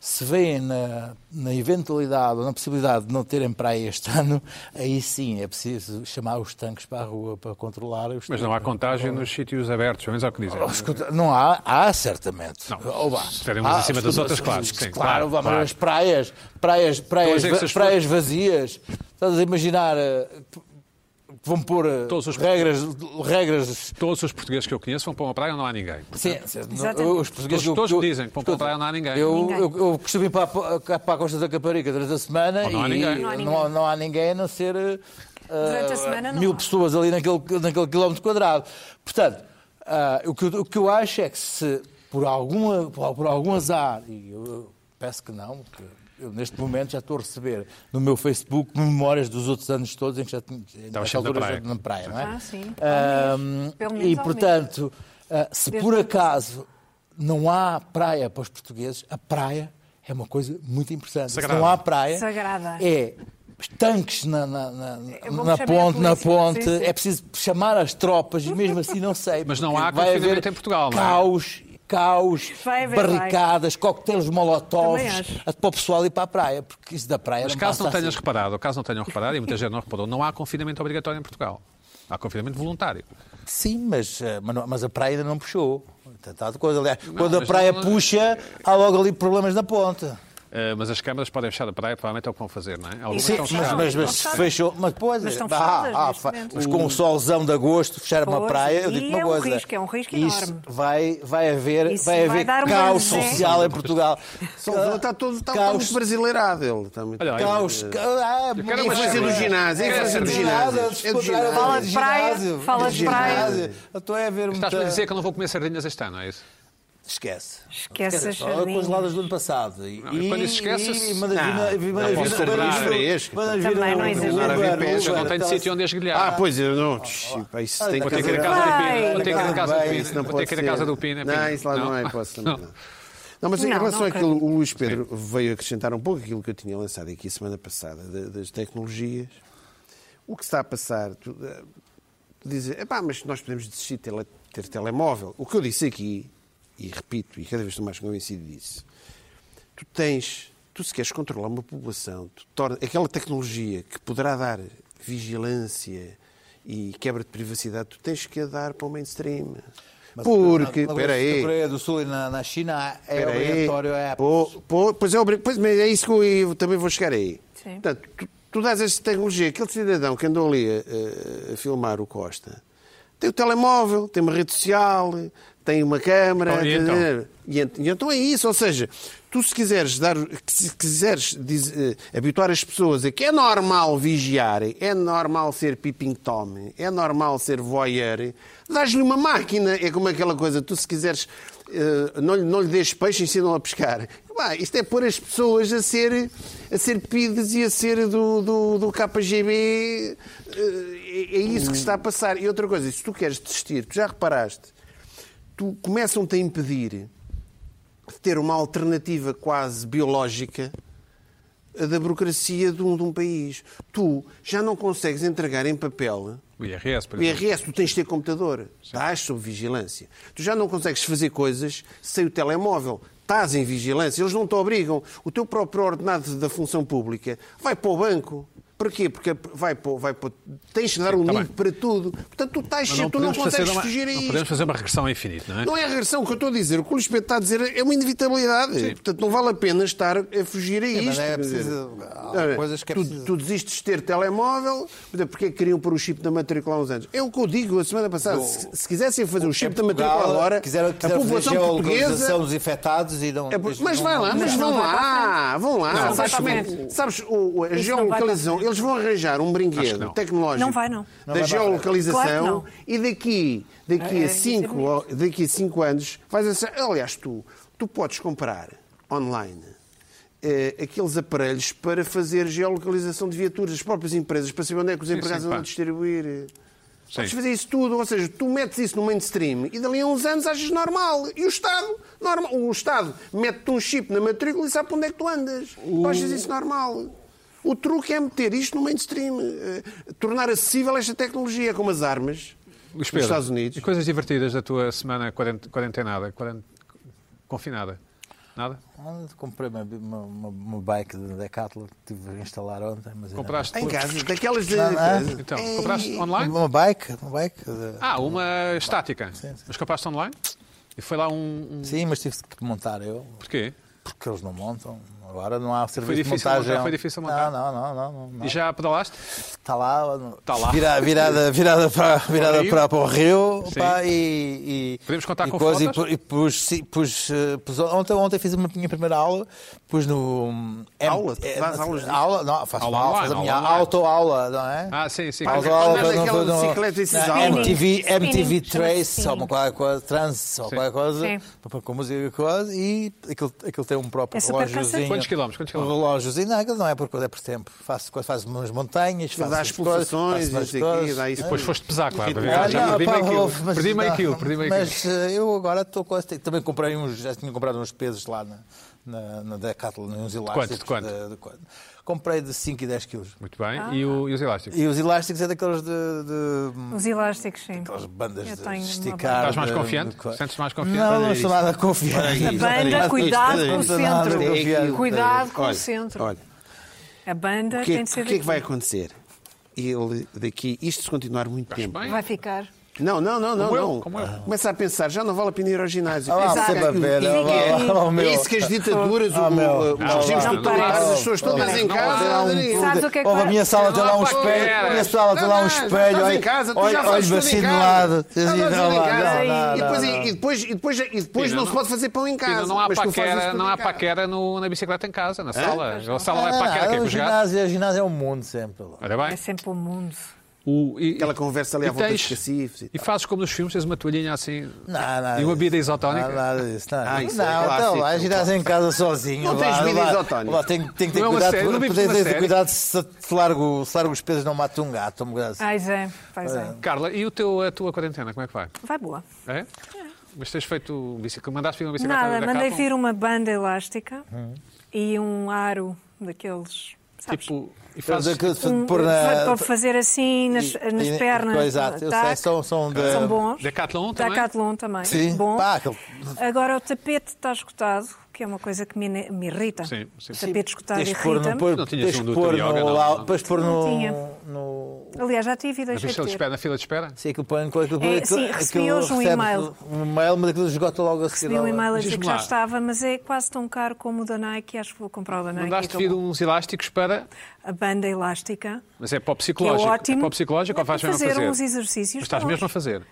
Speaker 3: se veem na, na eventualidade ou na possibilidade de não terem praia este ano, aí sim é preciso chamar os tanques para a rua para controlar os
Speaker 1: Mas não há contagem nos sítios abertos, pelo menos há o que dizer.
Speaker 3: Oh, escuta, Não há, há certamente.
Speaker 1: Não,
Speaker 3: Oh, vá.
Speaker 1: estaremos acima das outras, claro, sim, claro,
Speaker 3: claro, vá,
Speaker 1: claro.
Speaker 3: mas as praias, praias, praias,
Speaker 1: dizer que se as
Speaker 3: praias vazias. Estás a imaginar eh, que vão pôr eh,
Speaker 1: Todos os-
Speaker 3: regras, regras.
Speaker 1: Todos os portugueses que eu conheço vão para uma praia e não há ninguém.
Speaker 3: Sim, sim,
Speaker 4: Exatamente.
Speaker 3: eu- os portugueses
Speaker 1: Todos-
Speaker 3: eu-
Speaker 1: todos
Speaker 3: eu-
Speaker 1: dizem que vão para a praia não há ninguém.
Speaker 3: Eu,
Speaker 4: Ninguém.
Speaker 3: eu, eu costumo ir para, a- cá para a Costa da Caparica durante a semana
Speaker 1: Ou não há
Speaker 3: e
Speaker 1: ninguém.
Speaker 4: Não há ninguém.
Speaker 3: não, há- não há ninguém a não ser eh,
Speaker 4: Durante a
Speaker 3: ah,
Speaker 4: semana não
Speaker 3: mil
Speaker 4: há.
Speaker 3: pessoas ali naquele, naquele quilómetro quadrado. Portanto, ah, o, que, eu- o que eu acho é que se por, alguma, por, por algum azar, e eu, eu peço que não, que eu neste momento já estou a receber no meu Facebook memórias dos outros anos todos em que já tinha nessa
Speaker 1: sempre na
Speaker 3: altura já
Speaker 1: praia.
Speaker 3: na praia, não é?
Speaker 4: Ah, sim.
Speaker 3: Ahm,
Speaker 4: Pelo menos
Speaker 3: e
Speaker 4: ao
Speaker 3: portanto, ah, se
Speaker 4: Desde
Speaker 3: por
Speaker 4: que-
Speaker 3: acaso não há praia para os portugueses, a praia é uma coisa muito importante.
Speaker 1: Sagrada.
Speaker 3: Se não há praia,
Speaker 4: Sagrada.
Speaker 3: é tanques na, na, na,
Speaker 4: vamos
Speaker 3: na
Speaker 4: chamar a
Speaker 3: ponte, na
Speaker 4: polícia.
Speaker 3: ponte,
Speaker 4: Sim, sim.
Speaker 3: é preciso chamar as tropas e mesmo assim não sei.
Speaker 1: Mas não
Speaker 3: porque
Speaker 1: há
Speaker 3: vai haver
Speaker 1: confinamento em Portugal, não é?
Speaker 3: Caos, caos,
Speaker 4: Vai haver,
Speaker 3: barricadas, coquetéis
Speaker 4: Também
Speaker 3: molotovs,
Speaker 4: acho.
Speaker 3: a- para o pessoal ir para a praia, porque isso da praia
Speaker 1: Mas
Speaker 3: não
Speaker 1: caso
Speaker 3: passa
Speaker 1: não tenhas
Speaker 3: assim.
Speaker 1: reparado, caso não tenham reparado, e muita gente não reparou, não há confinamento obrigatório em Portugal. Há confinamento voluntário.
Speaker 3: Sim, mas, eh, mas, não- mas a praia ainda não puxou. Tem tal coisa. Aliás, quando a
Speaker 1: mas
Speaker 3: praia
Speaker 1: não-
Speaker 3: puxa, há logo ali problemas na ponta.
Speaker 1: Eh, mas as câmaras podem fechar a praia, provavelmente é o que vão fazer, não é? Algumas
Speaker 4: Sim,
Speaker 1: estão
Speaker 3: mas,
Speaker 1: fechadas.
Speaker 3: mas, mas
Speaker 4: Não
Speaker 3: fechou. Mas pois,
Speaker 4: Mas estão
Speaker 3: dá,
Speaker 4: fechadas
Speaker 3: há,
Speaker 4: neste
Speaker 3: fa-
Speaker 4: momento.
Speaker 3: mas com o solzão de agosto, fechar uma
Speaker 4: Pois,
Speaker 3: praia, eu
Speaker 4: e
Speaker 3: digo
Speaker 4: é
Speaker 3: uma
Speaker 4: um
Speaker 3: coisa.
Speaker 4: risco, é um risco
Speaker 3: isso
Speaker 4: enorme.
Speaker 3: Vai, vai haver,
Speaker 4: Isso
Speaker 3: vai
Speaker 4: vai
Speaker 3: haver
Speaker 4: dar um uma
Speaker 3: caos
Speaker 4: zé.
Speaker 3: social em Portugal.
Speaker 2: Salvador está tá todo está
Speaker 3: Caos.
Speaker 2: muito brasileirado. Ele está muito...
Speaker 1: Olha, olha,
Speaker 3: Caos, ca- ah,
Speaker 1: quero uma
Speaker 2: Influência do ginásio, é
Speaker 1: Quero
Speaker 2: influência do
Speaker 1: saber.
Speaker 2: ginásio.
Speaker 3: Nada, se
Speaker 2: É do
Speaker 3: contrário,
Speaker 2: ginásio.
Speaker 4: Fala de praia,
Speaker 3: ginásio, É
Speaker 4: fala de praia.
Speaker 3: ginásio. Eu estou a haver
Speaker 1: Estás-me a
Speaker 3: muita...
Speaker 1: dizer que eu não vou comer sardinhas este ano, é isso?
Speaker 3: Esquece.
Speaker 4: Esquece as
Speaker 3: Só com as
Speaker 4: sardinhas.
Speaker 3: ladas do ano passado. E,
Speaker 1: Não, e quando esquece-se-
Speaker 3: e Madalena-
Speaker 2: Não,
Speaker 3: e
Speaker 2: não
Speaker 3: Madalena-
Speaker 2: posso ser
Speaker 3: Madalena-
Speaker 2: mais fresco.
Speaker 3: Madalena-
Speaker 4: Também não
Speaker 3: Madalena-
Speaker 4: existe.
Speaker 2: Não,
Speaker 3: Madalena-
Speaker 2: não havia
Speaker 1: Eu não tenho
Speaker 3: Então,
Speaker 1: sítio onde
Speaker 2: Ah,
Speaker 1: esguilhar.
Speaker 2: pois eu não. Tch, pá, Isso tem
Speaker 1: Vou ter que ir à
Speaker 2: haver-
Speaker 1: casa do
Speaker 4: Vai.
Speaker 1: Pina. Vou ter que ir à casa do
Speaker 3: Vai,
Speaker 1: Pina.
Speaker 2: Isso não
Speaker 1: Vou ter que ir à
Speaker 2: pode
Speaker 1: casa
Speaker 2: ser.
Speaker 1: do Pina.
Speaker 2: Não,
Speaker 1: Pina.
Speaker 2: isso lá não, é hipótese também, não. Não, mas em
Speaker 4: Não,
Speaker 2: relação
Speaker 4: não
Speaker 2: àquilo,
Speaker 4: acredito.
Speaker 2: o Luís Pedro veio acrescentar um pouco aquilo que eu tinha lançado aqui a semana passada da- das tecnologias. O que está a passar? Tu, eh, tu dizes, "Epá, mas nós podemos desistir de tele- ter telemóvel. O que eu disse aqui, e repito, e cada vez estou mais convencido disso, tu tens, tu se queres controlar uma população, tu torna, aquela tecnologia que poderá dar vigilância e quebra de privacidade, tu tens que a dar para o mainstream. Porque,
Speaker 3: na- na-
Speaker 2: espera
Speaker 3: Na
Speaker 2: aí,
Speaker 3: Coreia do Sul e na, na China é
Speaker 2: Espera aí.
Speaker 3: obrigatório a Apple.
Speaker 2: Pô, pô, pois, é, obri- pois mas é isso que eu, eu também vou chegar aí.
Speaker 4: Sim.
Speaker 2: Portanto, tu, tu dás esta tecnologia, aquele cidadão que andou eh, ali a, a- a filmar o Costa, tem o telemóvel, tem uma rede social, tem uma
Speaker 1: Então,
Speaker 2: câmara.
Speaker 1: e
Speaker 2: tem-
Speaker 1: então?
Speaker 2: e ent- e então é isso, ou seja, tu se quiseres dar, que se quiseres diz- eh, habituar as pessoas a que é normal vigiarem, é normal ser peeping tom, é normal ser voyeur, dás-lhe uma máquina, é como aquela coisa, tu se quiseres, eh, não, lhe- não lhe dês peixe, ensinam a pescar. Pá, isto é pôr as pessoas a ser, a ser pidas e a ser do, do, do KGB, eh, é, é isso que está a passar. E outra coisa, se tu queres desistir, tu já reparaste, tu começam-te a impedir de ter uma alternativa quase biológica a da burocracia de um, de um país. Tu já não consegues entregar em papel
Speaker 1: O IRS, por
Speaker 2: o
Speaker 1: exemplo.
Speaker 2: IRS, tu tens de ter computador. Estás sob vigilância. Tu já não consegues fazer coisas sem o telemóvel. Estás em vigilância. Eles não te obrigam. O teu próprio ordenado da função pública vai para o banco. Porquê? Porque vai para, o- vai para, o- tens de dar um
Speaker 1: tá
Speaker 2: limite
Speaker 1: bem.
Speaker 2: para tudo. Portanto, tu, estás,
Speaker 1: Mas
Speaker 2: tu não
Speaker 1: podemos fazer
Speaker 2: consegues
Speaker 1: uma-
Speaker 2: fugir a
Speaker 1: não
Speaker 2: isso.
Speaker 1: podemos fazer uma regressão infinita, não é?
Speaker 2: Não é a regressão que eu estou a dizer. O que o Luís Pedro está a dizer é uma inevitabilidade. Portanto, não vale a pena estar a fugir a isto.
Speaker 5: mas é
Speaker 2: quer
Speaker 5: preciso-
Speaker 2: dizer.
Speaker 5: há
Speaker 2: Olha,
Speaker 5: coisas que é
Speaker 2: tu,
Speaker 5: preciso-
Speaker 2: tu desistes de ter telemóvel, por exemplo, porque é que queriam pôr o chip da matrícula há uns anos? É o que eu digo a semana passada. Se, se quisessem fazer o chip da matrícula agora,
Speaker 5: quiseram,
Speaker 2: a
Speaker 5: quiseram fazer
Speaker 2: população
Speaker 5: geolocalização
Speaker 2: portuguesa...
Speaker 5: dos infectados e não...
Speaker 2: É por- Mas vai lá, mas
Speaker 4: Mas não
Speaker 2: vão
Speaker 4: vai para
Speaker 2: lá, vão lá.
Speaker 4: Não, não vai
Speaker 2: sabes,
Speaker 4: para a
Speaker 2: como-
Speaker 4: frente.
Speaker 2: sabes, o, o- a
Speaker 4: Isso não
Speaker 2: geolocalização,
Speaker 4: vai para a
Speaker 2: eles vão arranjar um brinquedo
Speaker 1: não.
Speaker 2: tecnológico
Speaker 4: Não vai, não.
Speaker 2: da
Speaker 4: Não
Speaker 2: geolocalização
Speaker 4: Claro que não.
Speaker 2: e daqui, daqui,
Speaker 4: É,
Speaker 2: a
Speaker 4: é,
Speaker 2: cinco,
Speaker 4: isso é
Speaker 2: ou- daqui a cinco anos, vais a ser- aliás, tu, tu podes comprar online eh, aqueles aparelhos para fazer geolocalização de viaturas, as próprias empresas, para saber onde é que os empregados
Speaker 1: sim,
Speaker 2: andam a
Speaker 1: pá.
Speaker 2: distribuir. Podes
Speaker 1: Sim.
Speaker 2: fazer isso tudo, ou seja, tu metes isso no mainstream e dali a uns anos achas normal. E o Estado, normal, o Estado mete-te um chip na matrícula e sabe para onde é que tu andas. Tu achas isso normal. O truque é meter isto no mainstream, eh, tornar acessível esta tecnologia, como as armas
Speaker 1: Luís
Speaker 2: nos
Speaker 1: Pedro,
Speaker 2: Estados Unidos.
Speaker 1: E coisas divertidas da tua semana quarent- quarentenada, quarent- confinada? Nada?
Speaker 3: Ah, Comprei uma, uma, uma- uma bike da Decathlon, tive a instalar ontem. Mas ainda
Speaker 1: Compraste?
Speaker 2: Em
Speaker 1: por-
Speaker 2: casa, daquelas de.
Speaker 3: Não, é? não.
Speaker 2: coisa.
Speaker 1: Então,
Speaker 2: Ei,
Speaker 1: compraste
Speaker 3: não.
Speaker 1: online?
Speaker 3: Uma bike, uma bike. de-
Speaker 1: Ah, uma estática.
Speaker 3: sim.
Speaker 1: Mas compraste online? E foi lá um... um-
Speaker 3: Sim, mas tive que montar eu,
Speaker 1: Porquê?
Speaker 3: porque eles não montam. Agora não há serviço de
Speaker 1: difícil
Speaker 3: montagem.
Speaker 1: montar, foi difícil montar.
Speaker 3: Não, não, não. não, não.
Speaker 1: E já pedalaste?
Speaker 3: Está lá,
Speaker 1: Tá lá.
Speaker 3: vira- virada, virada, para, virada
Speaker 1: rio?
Speaker 3: para, para o rio
Speaker 1: Sim.
Speaker 3: pá, e, e-
Speaker 1: Podemos contar
Speaker 3: e
Speaker 1: com
Speaker 3: coisa, e
Speaker 1: fotos?
Speaker 3: pu- E pus, sim, pus, eh, pus- ontem, ontem fiz a minha primeira aula, pus no. hum,
Speaker 2: Aula?
Speaker 3: eh,
Speaker 2: Tu dás aulas disso?
Speaker 3: aula, não, faço
Speaker 1: Aula
Speaker 3: uma aula,
Speaker 1: online,
Speaker 3: faço a minha
Speaker 1: aula online.
Speaker 3: autoaula, não é?
Speaker 1: Ah, sim, sim. qualquer-
Speaker 2: Pausa lá. Mas
Speaker 3: Autoaula, não,
Speaker 2: aquela
Speaker 3: não,
Speaker 2: bicicleta e esses
Speaker 3: não,
Speaker 2: aulas.
Speaker 3: MTV,
Speaker 4: Spinning.
Speaker 3: MTV
Speaker 4: Spinning, chama-se
Speaker 3: Trace, ou uma
Speaker 4: spinning.
Speaker 3: qualquer coisa, trance, ou
Speaker 1: Sim.
Speaker 3: qualquer coisa,
Speaker 4: Sim.
Speaker 3: pá, com música e coisa, e aquilo, aquilo tem um próprio
Speaker 4: É super cansativo.
Speaker 3: relógiozinho.
Speaker 1: Quantos quilómetros? Quantos
Speaker 3: Um
Speaker 1: quilómetros?
Speaker 3: relógiozinho, não, aquilo não é por coisa, é por tempo. Faço, quando faço umas montanhas, faço
Speaker 2: dá as
Speaker 3: umas coisas,
Speaker 2: pulsações,
Speaker 3: faço umas
Speaker 2: isso aqui,
Speaker 3: coisas.
Speaker 2: dá isso.
Speaker 1: Depois foste pesar, claro. para ver.
Speaker 3: Ah,
Speaker 1: Já
Speaker 3: não,
Speaker 1: perdi
Speaker 3: pá,
Speaker 1: meio quilo.
Speaker 3: mas
Speaker 1: Perdi meio
Speaker 3: não,
Speaker 1: quilo, perdi meio quilo.
Speaker 3: Mas eh, eu agora estou quase. Também comprei uns. Já tinha comprado uns pesos lá na, na, na Decathlon, uns elásticos.
Speaker 1: de quanto?
Speaker 3: de quanto? Comprei de 5 e 10 quilos.
Speaker 1: Muito bem. E, o- e os elásticos?
Speaker 3: E os elásticos é daqueles de. de
Speaker 4: Os elásticos, sim.
Speaker 2: Então,
Speaker 3: aquelas bandas
Speaker 4: Eu
Speaker 3: de
Speaker 4: tenho uma
Speaker 3: esticar.
Speaker 1: Estás mais
Speaker 3: de-
Speaker 1: confiante?
Speaker 3: de co-
Speaker 1: Sentes-te mais confiante?
Speaker 3: Não,
Speaker 1: Olha
Speaker 3: não estou nada confiante.
Speaker 4: A banda, cuidado com o centro.
Speaker 3: Não estou nada
Speaker 4: Cuidado com
Speaker 2: Olha,
Speaker 4: o centro.
Speaker 2: Olha,
Speaker 4: A
Speaker 2: o
Speaker 4: banda
Speaker 2: que,
Speaker 4: tem
Speaker 2: é-
Speaker 4: de ser
Speaker 2: o que é que vai
Speaker 4: daqui.
Speaker 2: acontecer? Ele daqui, isto se continuar muito tempo.
Speaker 1: bem?
Speaker 4: Vai ficar.
Speaker 2: Não, não, não, não.
Speaker 1: Como eu,
Speaker 2: não.
Speaker 1: como eu.
Speaker 2: Começa a pensar, já não vale a pena ir ao ginásio.
Speaker 3: Ah, lá,
Speaker 2: Pensa-
Speaker 4: sempre a
Speaker 3: pena,
Speaker 2: E-
Speaker 4: lá,
Speaker 2: e-
Speaker 4: lá,
Speaker 3: lá, meu.
Speaker 2: É isso que as ditaduras,
Speaker 3: Ah,
Speaker 2: o-
Speaker 3: meu.
Speaker 2: o- os
Speaker 1: Não,
Speaker 2: regimes
Speaker 1: não
Speaker 2: autoritários,
Speaker 4: parece.
Speaker 2: as pessoas todas
Speaker 4: Não,
Speaker 2: em
Speaker 4: não
Speaker 2: casa.
Speaker 1: parece.
Speaker 2: Adriano.
Speaker 4: Sabes o que é que
Speaker 3: Houve a
Speaker 4: vai-
Speaker 3: minha sala, tem lá um
Speaker 1: Não, pá,
Speaker 3: espelho.
Speaker 1: pera.
Speaker 3: A minha sala tem lá um
Speaker 2: Não, não, já
Speaker 3: espelho.
Speaker 2: estás
Speaker 3: olha-
Speaker 2: em casa, tu já
Speaker 3: Olha olha
Speaker 2: fazes
Speaker 3: o
Speaker 2: tudo em
Speaker 3: bacinho de
Speaker 2: casa.
Speaker 3: lado. Tens
Speaker 2: Não,
Speaker 3: ido
Speaker 2: não,
Speaker 3: lá,
Speaker 2: em casa.
Speaker 3: não,
Speaker 2: E
Speaker 3: não,
Speaker 2: depois- E
Speaker 3: não,
Speaker 2: depois, e depois, e depois
Speaker 1: Pina,
Speaker 2: não,
Speaker 1: não.
Speaker 2: se pode fazer pão em casa.
Speaker 1: Pina, não há
Speaker 2: mas tu fazes
Speaker 1: paquera,
Speaker 2: tudo
Speaker 1: não
Speaker 2: em
Speaker 1: há
Speaker 4: é
Speaker 2: casa.
Speaker 1: paquera no- na bicicleta em casa, na sala. A sala
Speaker 3: não,
Speaker 4: Ah,
Speaker 1: é
Speaker 3: não,
Speaker 1: paquera, quer
Speaker 3: não,
Speaker 1: com
Speaker 3: o
Speaker 1: os gatos.
Speaker 3: ginásio, o ginásio é um mundo sempre. lá.
Speaker 1: Olha bem.
Speaker 4: É sempre o mundo.
Speaker 1: O- e-
Speaker 2: Aquela conversa ali à
Speaker 1: e
Speaker 2: volta
Speaker 1: tens-
Speaker 2: dos cacifes e
Speaker 1: E fazes como nos filmes, tens uma toalhinha assim.
Speaker 3: Não, nada
Speaker 1: E uma
Speaker 3: disso.
Speaker 1: bebida isotónica?
Speaker 3: Não, nada disso. Nada.
Speaker 2: Ah,
Speaker 3: disso.
Speaker 2: isso é
Speaker 3: não,
Speaker 2: clássico,
Speaker 3: então
Speaker 2: é
Speaker 3: lá,
Speaker 2: um
Speaker 3: giras em casa sozinho.
Speaker 2: Não
Speaker 3: lá,
Speaker 2: tens bebida
Speaker 3: lá,
Speaker 2: isotónica.
Speaker 3: Lá, tem, tem que ter
Speaker 1: Não é uma
Speaker 3: cuidado,
Speaker 1: série, não vives
Speaker 3: tens
Speaker 1: uma
Speaker 3: de ter
Speaker 1: série.
Speaker 3: cuidado se te largo, se largo os pesos não mata um gato. Um gato.
Speaker 4: Pois é, pois é.
Speaker 1: Carla, e o teu, a tua quarentena, como é que vai?
Speaker 4: Vai boa.
Speaker 1: É? Mas tens feito bicicleta, mandaste vir uma bicicleta
Speaker 4: Nada,
Speaker 1: da
Speaker 4: mandei
Speaker 1: Decathlon?
Speaker 4: vir uma banda elástica
Speaker 3: Hum.
Speaker 4: e um aro daqueles. Sabes?
Speaker 1: Tipo, e
Speaker 3: Faz
Speaker 1: fazes...
Speaker 3: aquilo de
Speaker 4: Um-
Speaker 3: pôr
Speaker 4: vai
Speaker 3: na...
Speaker 4: para fazer assim nas,
Speaker 3: e-
Speaker 4: nas
Speaker 3: e-
Speaker 4: pernas.
Speaker 3: Exato, eu sei,
Speaker 4: tac.
Speaker 3: são, são de...
Speaker 4: São bons.
Speaker 1: Decathlon também?
Speaker 4: Decathlon também.
Speaker 3: Sim.
Speaker 4: Bom.
Speaker 3: Pá, aquele-
Speaker 4: Agora o tapete está esgotado, que é uma coisa que me, me irrita.
Speaker 1: Sim, sim.
Speaker 4: O tapete esgotado
Speaker 3: Tens de pôr
Speaker 4: irrita.
Speaker 3: no... Pôr,
Speaker 1: Não tinhas
Speaker 3: tens
Speaker 1: um
Speaker 3: de
Speaker 1: do
Speaker 3: pôr
Speaker 1: teu yoga,
Speaker 3: no...
Speaker 1: não,
Speaker 3: lá-
Speaker 1: não.
Speaker 3: Tens de pôr
Speaker 4: Não tinha.
Speaker 3: no... no-
Speaker 4: Aliás, já tive e
Speaker 1: Na
Speaker 4: deixei
Speaker 1: fila de
Speaker 4: de
Speaker 1: espera,
Speaker 4: ter.
Speaker 1: na fila de espera?
Speaker 3: Sim, aquilo põe com aquilo.
Speaker 4: É,
Speaker 3: aquilo-
Speaker 4: sim, recebi
Speaker 3: aquilo
Speaker 4: hoje um
Speaker 3: recebe
Speaker 4: e-mail.
Speaker 3: Um e-mail, mas aquilo esgota logo a seguir.
Speaker 4: Recebi um
Speaker 3: logo.
Speaker 4: e-mail a dizer
Speaker 1: Diz-me
Speaker 4: que já
Speaker 1: lá.
Speaker 4: estava, mas é quase tão caro como o da Nike. Acho é que vou comprar o da Nike.
Speaker 1: Mandaste
Speaker 4: e
Speaker 1: vir
Speaker 4: dou
Speaker 1: uns elásticos para.
Speaker 4: A banda elástica.
Speaker 1: Mas é para o
Speaker 4: Que é
Speaker 1: psicológico.
Speaker 4: ótimo.
Speaker 1: É para o psicológico ou
Speaker 4: Não,
Speaker 1: vais mesmo
Speaker 4: fazer
Speaker 1: fazer?
Speaker 4: uns exercícios.
Speaker 1: Mas estás
Speaker 4: bons.
Speaker 1: mesmo a fazer.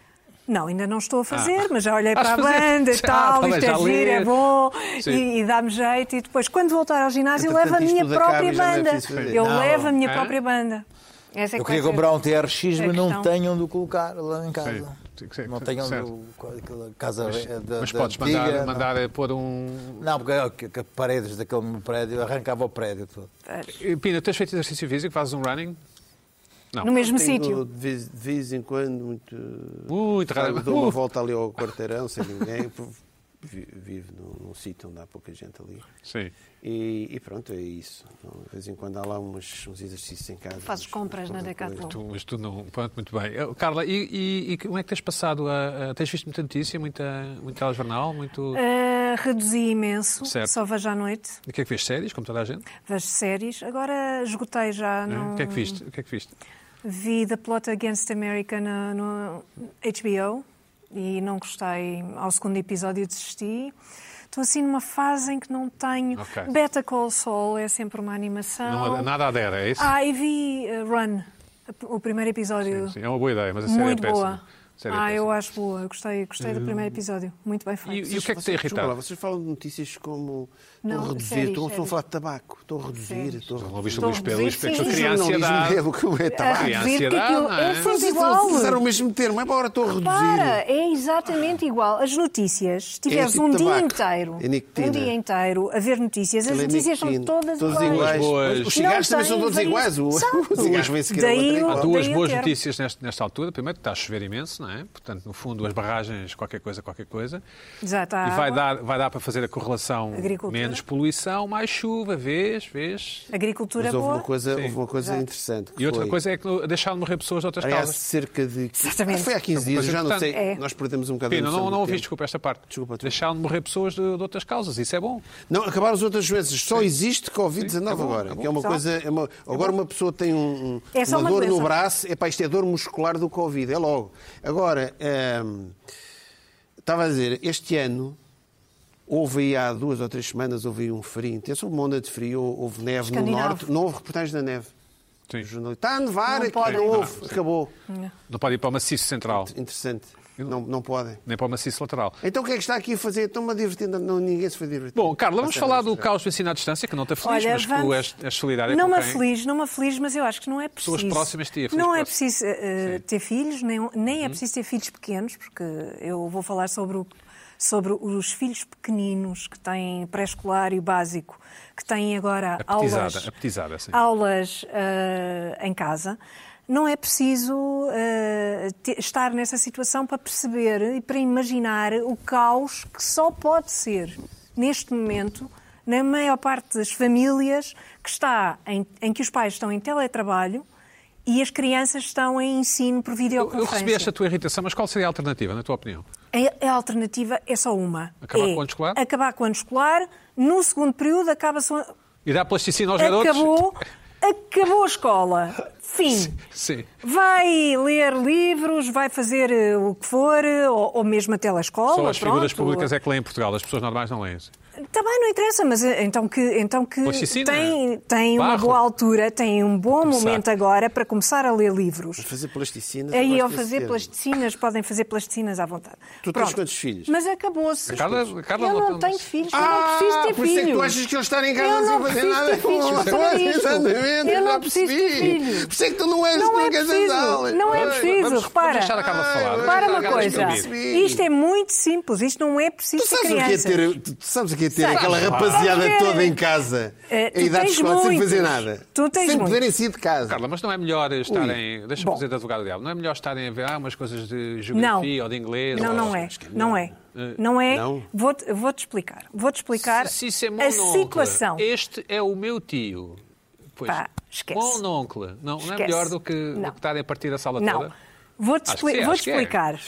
Speaker 4: Não, ainda não estou a fazer, mas já olhei
Speaker 1: Ah,
Speaker 4: para a
Speaker 1: fazer.
Speaker 4: banda e
Speaker 1: Já,
Speaker 4: tal,
Speaker 1: tá bem,
Speaker 4: isto é
Speaker 1: já li.
Speaker 4: giro, é bom,
Speaker 1: Sim.
Speaker 4: e, e dá-me jeito. E depois, quando voltar ao ginásio, eu
Speaker 2: Entretanto,
Speaker 4: levo a
Speaker 2: isto
Speaker 4: minha
Speaker 2: tudo acaba
Speaker 4: própria
Speaker 2: e já não é
Speaker 4: banda.
Speaker 2: preciso fazer.
Speaker 4: Eu
Speaker 3: Não.
Speaker 4: levo a minha
Speaker 1: Hã?
Speaker 4: própria banda. Essa é
Speaker 3: Eu
Speaker 4: que
Speaker 3: queria
Speaker 4: vai ser.
Speaker 3: comprar um TRX,
Speaker 4: É
Speaker 3: mas não
Speaker 4: questão.
Speaker 3: tenho onde o colocar lá em casa.
Speaker 1: Sim, sim,
Speaker 3: Não
Speaker 1: sim,
Speaker 3: tenho onde
Speaker 1: certo.
Speaker 3: o- é aquela casa da,
Speaker 1: Mas
Speaker 3: da
Speaker 1: podes
Speaker 3: antiga,
Speaker 1: mandar,
Speaker 3: não.
Speaker 1: mandar a pôr um.
Speaker 3: Não, porque eu- que- que paredes daquele meu prédio, arrancava o prédio todo.
Speaker 1: Pina, tens feito exercício físico? Fazes um running? Não.
Speaker 4: No mesmo
Speaker 2: um- Tenho
Speaker 4: sítio.
Speaker 2: De vez, de vez em quando, muito.
Speaker 1: Muito raro.
Speaker 2: Dou uma
Speaker 1: Uh.
Speaker 2: volta ali ao quarteirão, sem ninguém. Vi- Vivo num, num sítio onde há pouca gente ali.
Speaker 1: Sim.
Speaker 2: E, e pronto, é isso. Então, de vez em quando há lá uns, uns exercícios em casa.
Speaker 4: Fazes
Speaker 2: uns-
Speaker 4: compras na
Speaker 2: qualquer
Speaker 4: Decathlon.
Speaker 1: Tu, mas tu não. Pronto, muito bem. Eh, Carla, e, e- e como é que tens passado? A, a- tens visto muita notícia, muita, muito telejornal? Muito.
Speaker 4: Ah, reduzi imenso,
Speaker 1: Certo.
Speaker 4: só vejo à noite,
Speaker 1: O que é que vês? Séries, como toda a gente?
Speaker 4: vejo séries. Agora esgotei já.
Speaker 1: Hã?
Speaker 4: Não...
Speaker 1: O que é que viste? O que é que viste?
Speaker 4: Vi The Plot Against America na- no, HBO e não gostei. Ao segundo episódio desisti. Estou assim numa fase em que não tenho.
Speaker 1: Ok.
Speaker 4: Beta Call Saul é sempre uma animação.
Speaker 1: Não, nada adera, é isso?
Speaker 4: Ah, e vi uh, Run, o primeiro episódio.
Speaker 1: Sim, é uma boa ideia, mas a série
Speaker 4: Muito
Speaker 1: é péssima.
Speaker 4: boa.
Speaker 1: A série é
Speaker 4: ah, eu
Speaker 1: péssima.
Speaker 4: acho boa. Eu gostei, gostei do primeiro episódio. Muito bem feito.
Speaker 1: E, e o que é que te
Speaker 2: Desculpa lá,
Speaker 1: irritava?
Speaker 2: vocês falam de notícias como
Speaker 4: Não,
Speaker 2: estão a reduzir,
Speaker 4: séries,
Speaker 2: estão, estão a
Speaker 4: séries.
Speaker 2: falar de tabaco, estão a reduzir, estão a
Speaker 1: Não
Speaker 2: reduzir.
Speaker 1: ouviste o Luís Pedro?
Speaker 4: Sim,
Speaker 1: Luís Pedro
Speaker 4: sim.
Speaker 1: só cria
Speaker 2: Não, não, diz-me
Speaker 1: ansiedade.
Speaker 2: mesmo como é
Speaker 4: a
Speaker 2: tabaco.
Speaker 1: Cria
Speaker 4: reduzir, Ah, que aquilo
Speaker 1: ansiedade, não é?
Speaker 4: é
Speaker 2: Mas
Speaker 4: sempre
Speaker 2: eles
Speaker 4: igual.
Speaker 2: Usaram o mesmo termo, é agora estou a reduzir.
Speaker 4: Para, é exatamente igual. As notícias, se tiveres
Speaker 2: tipo
Speaker 4: um
Speaker 2: de
Speaker 4: dia
Speaker 2: tabaco.
Speaker 4: inteiro,
Speaker 2: É nicotina.
Speaker 4: um dia inteiro a ver notícias, as
Speaker 2: Aquela
Speaker 4: notícias são
Speaker 2: nicotina.
Speaker 4: todas
Speaker 2: é Todas
Speaker 4: iguais.
Speaker 2: iguais.
Speaker 1: Pois.
Speaker 2: Os cigarros também são
Speaker 4: Não
Speaker 2: todos
Speaker 4: têm
Speaker 2: iguais. O,
Speaker 4: variação.
Speaker 2: o cigarro vem seguir
Speaker 4: Daí
Speaker 2: ao
Speaker 4: o-
Speaker 1: Há
Speaker 2: outro.
Speaker 1: duas
Speaker 4: Daí eu
Speaker 1: boas
Speaker 4: quero.
Speaker 1: notícias nesta, nesta altura. Primeiro, está a chover imenso, não é? Portanto, no fundo, as barragens, qualquer coisa, qualquer coisa.
Speaker 4: Já está.
Speaker 1: E
Speaker 4: a
Speaker 1: vai
Speaker 4: água.
Speaker 1: dar, vai dar para fazer a correlação
Speaker 4: Ah. Agricultura.
Speaker 1: menos poluição, mais chuva, vês, vês.
Speaker 4: Agricultura
Speaker 2: Mas houve
Speaker 4: boa.
Speaker 2: uma coisa, houve uma coisa interessante. que
Speaker 1: E outra
Speaker 2: foi-
Speaker 1: coisa é que não- deixar de morrer pessoas de outras
Speaker 2: Aliás,
Speaker 1: causas.
Speaker 2: cerca de.
Speaker 4: Exatamente.
Speaker 2: Foi há 15 dias,
Speaker 1: Coisa
Speaker 2: já não sei.
Speaker 1: importante.
Speaker 4: É.
Speaker 2: Nós perdemos um bocado a
Speaker 1: Pina,
Speaker 2: noção
Speaker 1: não,
Speaker 2: do
Speaker 1: não ouvi,
Speaker 2: tempo.
Speaker 1: desculpa, esta parte.
Speaker 2: Desculpa, desculpa.
Speaker 1: Deixar de morrer pessoas de, de outras causas, isso é bom.
Speaker 2: Não, acabaram as outras doenças. Só existe Covid-19
Speaker 1: Sim, é bom,
Speaker 2: agora.
Speaker 1: é bom.
Speaker 2: que é uma
Speaker 4: Só.
Speaker 2: coisa. é uma- agora uma pessoa tem um, um-
Speaker 4: É só uma
Speaker 2: dor
Speaker 4: doença.
Speaker 2: no braço. É para isto é dor muscular do Covid. É logo. Agora, hum, estava a dizer, este ano. Houve aí há duas ou três semanas, houve aí um frio intenso, uma onda de frio, houve neve no
Speaker 4: Escandinavo.
Speaker 2: norte, não houve reportagens da neve.
Speaker 1: Sim.
Speaker 2: Está a nevar,
Speaker 4: Não
Speaker 2: aqui
Speaker 4: podem.
Speaker 2: não houve, acabou.
Speaker 1: Não pode ir para o maciço central,
Speaker 2: Interessante. Não, não podem.
Speaker 1: nem para o maciço lateral.
Speaker 2: Então o que é que está aqui a fazer? Estão-me a divertir? Não, não, ninguém se foi divertir.
Speaker 1: Bom, Carla, vamos
Speaker 2: Passar
Speaker 1: falar
Speaker 2: a
Speaker 1: do
Speaker 2: mostrar.
Speaker 1: caos do ensino à distância, que não está feliz,
Speaker 4: Olha,
Speaker 1: mas que tu
Speaker 4: vamos-
Speaker 1: és, és solidária
Speaker 4: não
Speaker 1: com
Speaker 4: me
Speaker 1: quem-
Speaker 4: feliz, não me feliz, mas eu acho que não é preciso.
Speaker 1: Pessoas próximas de ti, Uhum. é feliz
Speaker 4: Não é
Speaker 1: próximo.
Speaker 4: preciso eh, ter filhos, nem, nem é preciso ter filhos pequenos, porque eu vou falar sobre, o- sobre os filhos pequeninos que têm pré-escolar e básico, que têm agora
Speaker 1: Apetizada,
Speaker 4: aulas,
Speaker 1: apetizada, sim.
Speaker 4: aulas eh, em casa. Não é preciso eh, te- estar nessa situação para perceber e para imaginar o caos que só pode ser neste momento na maior parte das famílias que está em, em que os pais estão em teletrabalho e as crianças estão em ensino por
Speaker 1: Eu, eu
Speaker 4: videoconferência.
Speaker 1: recebi esta tua irritação, mas qual seria a alternativa, na tua opinião?
Speaker 4: A, a alternativa é só uma.
Speaker 1: Acabar
Speaker 4: É
Speaker 1: com o ano escolar?
Speaker 4: Acabar com o ano escolar. No segundo período acaba-se o-
Speaker 1: E dar plasticina aos garotos?
Speaker 4: acabou, acabou a escola. Fim.
Speaker 1: Sim.
Speaker 4: Vai ler livros, vai fazer eh, o que for, eh, ou, ou mesmo a telescola.
Speaker 1: Só as figuras
Speaker 4: pronto.
Speaker 1: públicas é que leem em Portugal, as pessoas normais não leem.
Speaker 4: Também não interessa, mas eh, então que, então que
Speaker 1: Plasticina,
Speaker 4: tem, tem
Speaker 1: é?
Speaker 4: uma
Speaker 1: barro.
Speaker 4: boa altura, tem um bom
Speaker 1: começar.
Speaker 4: momento agora para começar a ler livros.
Speaker 2: Fazer plasticina.
Speaker 4: Aí
Speaker 2: gosto
Speaker 4: ao
Speaker 2: desse
Speaker 4: fazer
Speaker 2: termo.
Speaker 4: plasticinas, podem fazer plasticinas à vontade.
Speaker 2: Tu tens
Speaker 4: Pronto.
Speaker 2: quantos filhos?
Speaker 4: Mas acabou-se.
Speaker 1: A Carla- a Carla
Speaker 4: eu
Speaker 1: não
Speaker 4: não
Speaker 1: tem-
Speaker 4: tenho filhos,
Speaker 2: Ah,
Speaker 4: eu não preciso ter
Speaker 2: por isso é
Speaker 4: filhos.
Speaker 2: que tu achas que eles estarem em casa
Speaker 4: eu
Speaker 2: sem
Speaker 4: não
Speaker 2: fazer
Speaker 4: preciso
Speaker 2: nada.
Speaker 4: Ter filhos para fazer isto.
Speaker 2: Exatamente,
Speaker 4: Eu não
Speaker 2: já
Speaker 4: preciso ter
Speaker 2: percebi.
Speaker 4: filhos.
Speaker 2: Por isso é que tu não és
Speaker 4: Não é
Speaker 2: nunca das
Speaker 4: preciso,
Speaker 2: aulas.
Speaker 4: não é
Speaker 2: Pois.
Speaker 4: preciso,
Speaker 1: vamos
Speaker 4: repara.
Speaker 1: deixar a Carla falar, vamos
Speaker 4: Repara
Speaker 1: deixar Então a
Speaker 4: uma
Speaker 1: Carla
Speaker 4: coisa,
Speaker 2: explicar.
Speaker 4: isto é muito simples, isto não é preciso
Speaker 2: Tu
Speaker 4: ter
Speaker 2: sabes o que é
Speaker 4: crianças.
Speaker 2: ter, tu sabes o que é ter
Speaker 4: Sabes.
Speaker 2: aquela
Speaker 4: Sabes
Speaker 2: rapaziada
Speaker 4: ter.
Speaker 2: toda em casa,
Speaker 4: Eh, tu
Speaker 2: a idade de
Speaker 4: tens
Speaker 2: escola, sem fazer
Speaker 4: muitos.
Speaker 2: nada.
Speaker 4: Tu tens
Speaker 2: sem
Speaker 4: muitos.
Speaker 2: poderem sair de casa.
Speaker 1: Carla, mas não é melhor estarem. Deixa-me
Speaker 4: Bom.
Speaker 1: fazer de advogado diabo. Não é melhor estarem a ver ah, umas coisas de
Speaker 2: um
Speaker 1: geografia ou de inglês?
Speaker 4: Não,
Speaker 1: ou-
Speaker 4: não é.
Speaker 2: acho que é
Speaker 4: Não é. Não é.
Speaker 2: Não?
Speaker 4: Vou-te vou explicar. Vou-te explicar
Speaker 1: Se, se é
Speaker 4: a
Speaker 1: mononcle,
Speaker 4: situação.
Speaker 1: Este é o meu tio. Pois,
Speaker 4: Pá, esquece.
Speaker 1: Mononcle. Não, não é
Speaker 4: Esquece.
Speaker 1: melhor do que, do
Speaker 4: Não.
Speaker 1: que estarem a partir da sala
Speaker 4: Não.
Speaker 1: toda?
Speaker 4: Vou-te
Speaker 1: Acho que
Speaker 4: expli
Speaker 1: é,
Speaker 4: vou
Speaker 1: acho que é.
Speaker 4: explicar.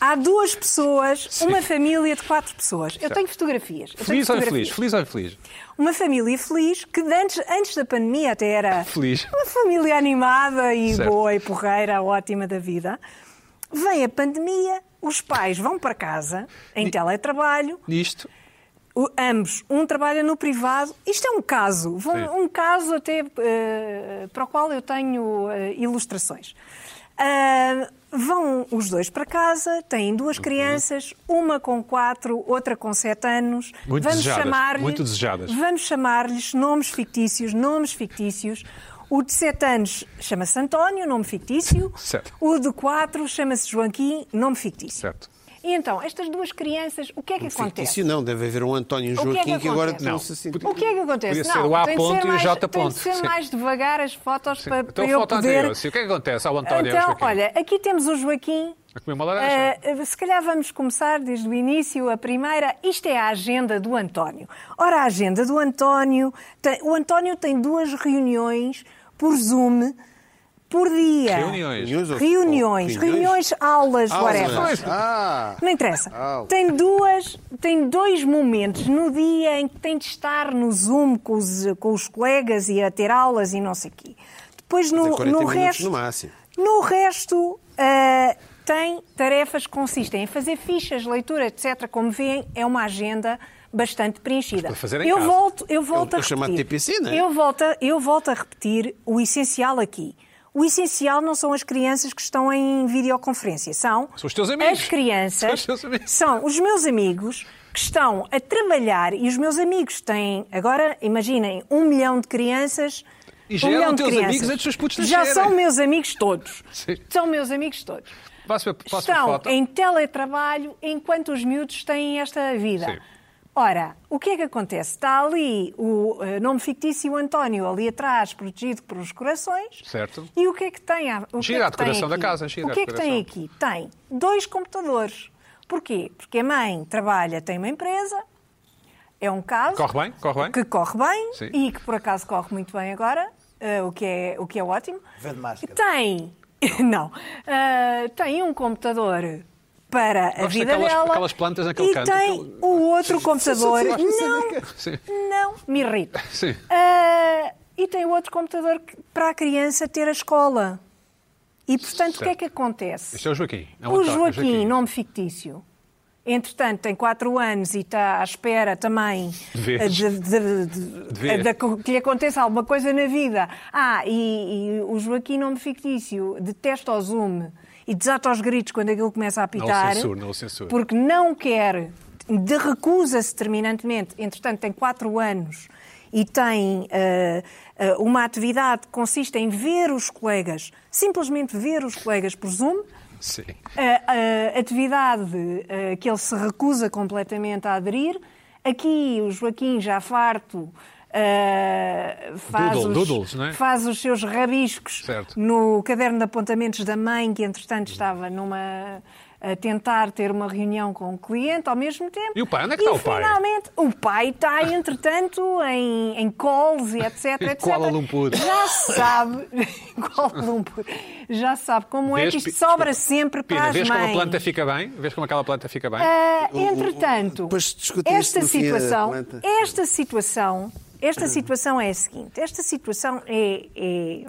Speaker 4: Há duas pessoas, uma família de quatro pessoas. Eu tenho fotografias. eu tenho
Speaker 1: Feliz ou
Speaker 4: fotografias.
Speaker 1: infeliz? Feliz ou infeliz?
Speaker 4: Uma família feliz que antes, antes da pandemia até era
Speaker 1: Feliz.
Speaker 4: uma família animada e
Speaker 1: Certo.
Speaker 4: boa e porreira, ótima da vida. Vem a pandemia, os pais vão para casa em teletrabalho,
Speaker 1: Nisto.
Speaker 4: o- ambos, um trabalha no privado. Isto é um caso, vou-
Speaker 1: Sim.
Speaker 4: um caso até eh, para o qual eu tenho eh, ilustrações. Ah, vão os dois para casa, têm duas
Speaker 1: Uhum.
Speaker 4: crianças, uma com quatro, outra com sete anos.
Speaker 1: Muito
Speaker 4: vamos
Speaker 1: desejadas,
Speaker 4: chamar-lhe-
Speaker 1: muito desejadas.
Speaker 4: Vamos chamar-lhes nomes fictícios, nomes fictícios. O de sete anos chama-se António, nome fictício.
Speaker 1: Certo.
Speaker 4: O de quatro chama-se Joaquim, nome fictício.
Speaker 1: Certo.
Speaker 4: E então, estas duas crianças, o que é que acontece?
Speaker 2: Fictício não, deve haver um António e um
Speaker 4: O que é que
Speaker 2: Joaquim que, agora
Speaker 4: acontece?
Speaker 2: estão-se assim.
Speaker 1: Não.
Speaker 4: O que é que acontece?
Speaker 1: Podia ser o A
Speaker 4: tem de ser
Speaker 1: ponto e o
Speaker 4: mais-
Speaker 1: J
Speaker 4: Tem de
Speaker 1: ponto.
Speaker 4: ser
Speaker 1: Sim.
Speaker 4: mais devagar as fotos para, para
Speaker 1: Então,
Speaker 4: eu
Speaker 1: falta
Speaker 4: poder...
Speaker 1: anterior. Assim, o que é que acontece ao António? e ao
Speaker 4: Então,
Speaker 1: Joaquim?
Speaker 4: olha, aqui temos o Joaquim.
Speaker 1: A comer uma laranja.
Speaker 4: Ah, se calhar vamos começar desde o início. A primeira, isto é a agenda do António. Ora, a agenda do António. tem- o António tem duas reuniões por Zoom por dia.
Speaker 1: Reuniões. Então
Speaker 2: ou-
Speaker 4: Reuniões,
Speaker 2: ou-
Speaker 4: reuniões, aulas, whatever.
Speaker 1: é
Speaker 2: Aulas. Ah,
Speaker 4: Não interessa.
Speaker 2: Au.
Speaker 4: Tem duas, tem dois momentos no dia em que tem de estar no Zoom com os, com os colegas e a ter aulas e não sei o quê. Depois
Speaker 2: Mas é
Speaker 4: no,
Speaker 2: 40
Speaker 4: no
Speaker 2: minutos
Speaker 4: resto.
Speaker 2: no máximo.
Speaker 4: No resto, ah, tem tarefas que consistem em fazer fichas, leitura, etc. Como veem, é uma agenda bastante preenchida.
Speaker 1: para fazer em
Speaker 4: eu
Speaker 1: casa.
Speaker 4: volto, eu volto
Speaker 2: É o-
Speaker 4: a
Speaker 2: é o chamado
Speaker 4: repetir.
Speaker 2: TPC, não é?
Speaker 4: Eu volto, a- eu volto a repetir o essencial aqui. O essencial não são as crianças que estão em videoconferência, são,
Speaker 1: São os teus amigos.
Speaker 4: as crianças,
Speaker 1: São os teus amigos.
Speaker 4: são os meus amigos que estão a trabalhar e os meus amigos têm, agora imaginem, um milhão de crianças.
Speaker 1: E
Speaker 4: um
Speaker 1: já eram
Speaker 4: milhão de
Speaker 1: teus
Speaker 4: crianças.
Speaker 1: amigos antes dos putos
Speaker 4: Já
Speaker 1: nascerem.
Speaker 4: são meus amigos todos.
Speaker 1: Sim.
Speaker 4: São meus amigos todos.
Speaker 1: Passo a- passo a
Speaker 4: estão
Speaker 1: foto.
Speaker 4: em teletrabalho enquanto os miúdos têm esta vida.
Speaker 1: Sim.
Speaker 4: Ora, o que é que acontece? Está ali o eh, nome fictício António, ali atrás, protegido por uns corações.
Speaker 1: Certo.
Speaker 4: E o que é que tem? a- O que
Speaker 1: Gira
Speaker 4: é
Speaker 1: a
Speaker 4: que tem
Speaker 1: decoração da
Speaker 4: aqui?
Speaker 1: casa, gira
Speaker 4: O que é que
Speaker 1: a
Speaker 4: tem aqui? Tem dois computadores. Porquê? Porque a mãe trabalha, tem uma empresa, é um caso.
Speaker 1: Corre bem, corre bem.
Speaker 4: Que corre bem
Speaker 1: Sim.
Speaker 4: e que por acaso corre muito bem agora, eh, o, que é, o que é ótimo.
Speaker 3: Vende máscara.
Speaker 4: Tem, não, Ah, tem um computador para a
Speaker 1: Gosto
Speaker 4: vida
Speaker 1: daquelas-
Speaker 4: dela.
Speaker 1: aquelas plantas naquele
Speaker 4: e
Speaker 1: canto,
Speaker 4: tem
Speaker 1: aquele-
Speaker 4: o outro computador. não,
Speaker 1: Sim.
Speaker 4: não me irrita.
Speaker 1: Sim.
Speaker 4: Ah, e tem outro computador que- para a criança ter a escola. E, portanto, o que é
Speaker 1: Certo.
Speaker 4: que acontece?
Speaker 1: Este é o Joaquim. É um
Speaker 4: o
Speaker 1: António,
Speaker 4: Joaquim, nome fictício. Entretanto, tem quatro anos e está à espera também eh,
Speaker 1: De ver.
Speaker 4: de- de- de-
Speaker 1: De ver.
Speaker 4: de co- que lhe aconteça alguma coisa na vida. Ah, e, e o Joaquim, nome fictício, detesta o Zoom e desata os gritos quando aquilo começa a apitar.
Speaker 1: censuro, não o censuro.
Speaker 4: Porque não quer, de- recusa-se terminantemente. Entretanto, tem quatro anos e tem ah, ah, uma atividade que consiste em ver os colegas, simplesmente ver os colegas por Zoom.
Speaker 1: Sim.
Speaker 4: A, a atividade eh, que ele se recusa completamente a aderir. Aqui o Joaquim, já farto, eh, faz,
Speaker 1: Doodle,
Speaker 4: os,
Speaker 1: doodles, não é?
Speaker 4: faz os seus rabiscos
Speaker 1: Certo.
Speaker 4: no caderno de apontamentos da mãe, que entretanto estava numa a tentar ter uma reunião com o cliente ao mesmo tempo.
Speaker 1: E o pai? Onde é que está o pai?
Speaker 4: finalmente, o pai está, entretanto, em, em calls e etc, etc.
Speaker 1: Kuala Lumpur.
Speaker 4: Já sabe... Kuala Lumpur. Já sabe como é
Speaker 1: Vês,
Speaker 4: que isto
Speaker 1: Pi-
Speaker 4: sobra
Speaker 1: desculpa.
Speaker 4: sempre para
Speaker 1: Pina,
Speaker 4: as
Speaker 1: vês como a
Speaker 4: mães.
Speaker 1: planta é fica bem? Vês como aquela planta fica bem?
Speaker 4: Ah, entretanto,
Speaker 2: Depois discutimos
Speaker 4: esta
Speaker 2: no fim a
Speaker 4: situação,
Speaker 2: planta.
Speaker 4: esta situação, esta situação é a seguinte, esta situação é, é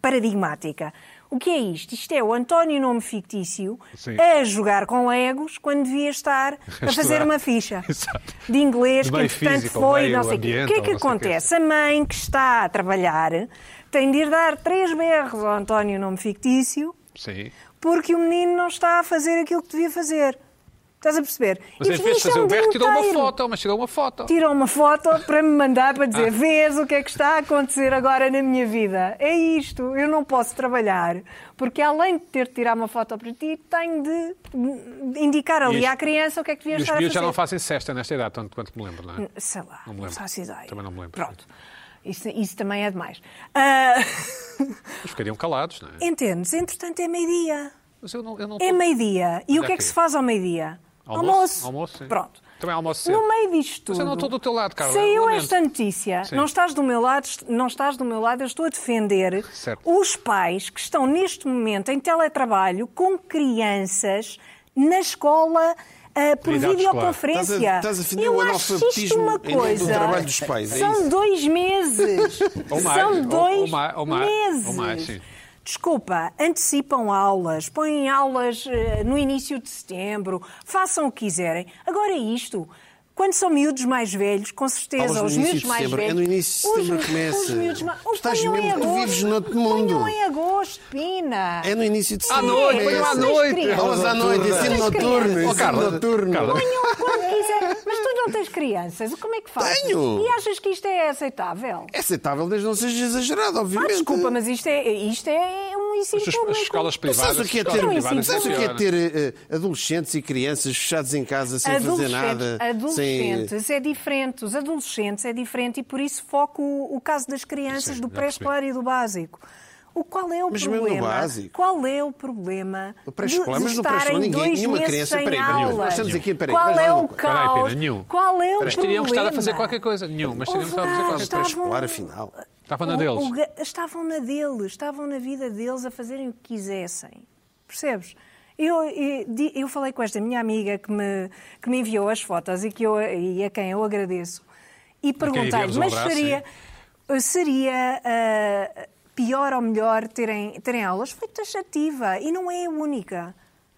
Speaker 4: paradigmática. O que é isto? Isto é o António Nome Fictício
Speaker 1: Sim.
Speaker 4: a jogar com Legos quando devia estar a fazer
Speaker 1: estudar.
Speaker 4: uma ficha
Speaker 1: Exato.
Speaker 4: de inglês
Speaker 1: De
Speaker 4: que
Speaker 1: meio
Speaker 4: entretanto
Speaker 1: físico,
Speaker 4: foi
Speaker 1: meio
Speaker 4: não sei o quê. O
Speaker 1: ambiente,
Speaker 4: que é
Speaker 1: ou
Speaker 4: que
Speaker 1: não sei o quê.
Speaker 4: acontece? A mãe que está a trabalhar tem de ir dar três berros ao António Nome Fictício
Speaker 1: Sim.
Speaker 4: porque o menino não está a fazer aquilo que devia fazer. Estás a perceber?
Speaker 1: Mas em vez de
Speaker 4: isto é
Speaker 1: fazer
Speaker 4: um
Speaker 1: o
Speaker 4: dia
Speaker 1: berro, tirou uma
Speaker 4: inteiro.
Speaker 1: foto. Ah. Mas tirou uma foto.
Speaker 4: Tirou uma foto para me mandar para dizer: vês o que é que está a acontecer agora na minha vida? É isto, eu não posso trabalhar, porque além de ter de tirar uma foto para ti, tenho de de indicar ali
Speaker 1: E as-
Speaker 4: à criança o que é que
Speaker 1: E
Speaker 4: devia
Speaker 1: os
Speaker 4: estar a
Speaker 1: miúdos
Speaker 4: fazer.
Speaker 1: já não fazem cesta nesta idade, tanto quanto me lembro, não é?
Speaker 4: Sei lá,
Speaker 1: Não me
Speaker 4: não
Speaker 1: lembro.
Speaker 4: faço ideia.
Speaker 1: Também não me lembro.
Speaker 4: Pronto, isso, isso também é demais. Ah,
Speaker 1: Eles ficariam calados, não é?
Speaker 4: Entendes? Entretanto, é meio-dia.
Speaker 1: Mas eu não... Eu não
Speaker 4: É meio-dia. E
Speaker 1: Mas
Speaker 4: o que
Speaker 1: é
Speaker 4: é que
Speaker 1: quê?
Speaker 4: se faz ao meio-dia?
Speaker 1: Almoço?
Speaker 4: Almoço.
Speaker 1: Almoço, sim.
Speaker 4: Pronto.
Speaker 1: Também almoço cedo.
Speaker 4: No meio disto
Speaker 1: Mas eu não
Speaker 4: tudo,
Speaker 1: estou do teu lado, Carla,
Speaker 4: Saiu
Speaker 1: lamento.
Speaker 4: esta notícia.
Speaker 1: Sim.
Speaker 4: Não estás do meu lado, est- não estás do meu lado, eu estou a defender
Speaker 1: Certo.
Speaker 4: os pais que estão neste momento em teletrabalho com crianças na escola ah, por
Speaker 1: Idade escolar.
Speaker 4: videoconferência.
Speaker 2: Estás a- estás a defender
Speaker 4: eu
Speaker 2: o
Speaker 4: acho isto
Speaker 2: analfabetismo
Speaker 4: uma
Speaker 2: em nome do
Speaker 4: coisa.
Speaker 2: trabalho dos pais, é
Speaker 4: São
Speaker 2: isso?
Speaker 4: dois meses.
Speaker 1: Ou mais,
Speaker 4: São
Speaker 1: ou-
Speaker 4: dois
Speaker 1: ou mais, ou mais,
Speaker 4: meses.
Speaker 1: ou mais, sim.
Speaker 4: Desculpa, antecipam aulas, põem aulas eh, no início de setembro, façam o que quiserem. Agora é isto. Quando são miúdos mais velhos, com certeza,
Speaker 2: Aulas no
Speaker 4: os
Speaker 2: início
Speaker 4: miúdos
Speaker 2: de
Speaker 4: mais
Speaker 2: setembro.
Speaker 4: velhos.
Speaker 2: É no início de
Speaker 4: os-
Speaker 2: setembro que começa.
Speaker 4: Os miúdos mais.
Speaker 2: Tu estás
Speaker 4: ponham em
Speaker 2: mesmo- tu
Speaker 4: agosto,
Speaker 2: vives noutro mundo.
Speaker 4: ponham em agosto. espina.
Speaker 2: É no início de
Speaker 1: À noite,
Speaker 2: é
Speaker 1: ponham à
Speaker 2: essa.
Speaker 1: noite.
Speaker 2: Vamos à noite,
Speaker 4: Vocês
Speaker 2: ensino
Speaker 4: crianças.
Speaker 2: noturno,
Speaker 1: Oh,
Speaker 2: ensino
Speaker 1: Carla,
Speaker 2: noturno.
Speaker 1: Carla.
Speaker 4: Ponham quando quiser. Mas tu não tens crianças. Como é que fazes?
Speaker 2: Tenho.
Speaker 4: E achas que isto é aceitável?
Speaker 2: É aceitável, desde não seja exagerado,
Speaker 4: Ah,
Speaker 2: obviamente.
Speaker 4: desculpa, mas isto é, isto é um ensino
Speaker 1: As,
Speaker 4: público.
Speaker 1: as escolas
Speaker 2: Tu
Speaker 1: privadas.
Speaker 2: sabes o que é
Speaker 1: as
Speaker 2: ter,
Speaker 1: escolas
Speaker 4: Não,
Speaker 1: privadas
Speaker 4: isso
Speaker 2: sabes o que é
Speaker 1: funcionam.
Speaker 2: ter eh, adolescentes e crianças fechados em casa um sem fazer
Speaker 4: Adolescentes,
Speaker 2: nada? sem-
Speaker 4: adolescentes é diferente, os adolescentes é diferente e por isso foco o, o caso das crianças
Speaker 1: Sim,
Speaker 4: do
Speaker 1: já
Speaker 4: pré-escolar e do básico. O qual é o
Speaker 2: Mas mesmo no
Speaker 4: problema?
Speaker 2: básico.
Speaker 4: Qual é o problema?
Speaker 2: No
Speaker 4: de-
Speaker 2: pré-escolar,
Speaker 4: de
Speaker 2: mas no
Speaker 4: estarem
Speaker 2: pré-escolar ninguém-
Speaker 4: dois
Speaker 2: nenhuma
Speaker 4: meses
Speaker 2: criança-
Speaker 4: sem
Speaker 2: peraí, peraí,
Speaker 4: aulas?
Speaker 2: nós estamos aqui- peraí,
Speaker 4: Qual
Speaker 2: vamos lá
Speaker 4: é
Speaker 2: uma
Speaker 4: o
Speaker 2: coisa.
Speaker 1: Peraí,
Speaker 4: caos?
Speaker 1: Pina, nenhum.
Speaker 4: Qual é o
Speaker 1: Mas
Speaker 4: problema?
Speaker 1: teriam que estar a fazer qualquer coisa. Nenhum, mas teriam que estar a fazer
Speaker 4: Houve lá,
Speaker 1: qualquer coisa.
Speaker 4: estavam-
Speaker 2: pré-escolar, afinal.
Speaker 1: Estava na
Speaker 4: o-
Speaker 1: Tá deles.
Speaker 4: o ga- estavam na deles, estavam na vida deles a fazerem o que quisessem. Percebes? Eu, eu, di- eu falei com esta minha amiga que me, que me enviou as fotos e, que eu, e a quem eu agradeço. E
Speaker 1: enviamos
Speaker 4: perguntei-lhe,
Speaker 1: um
Speaker 4: mas
Speaker 1: abraço,
Speaker 4: seria, seria ah, pior ou melhor terem, terem aulas? Foi taxativa e não é a única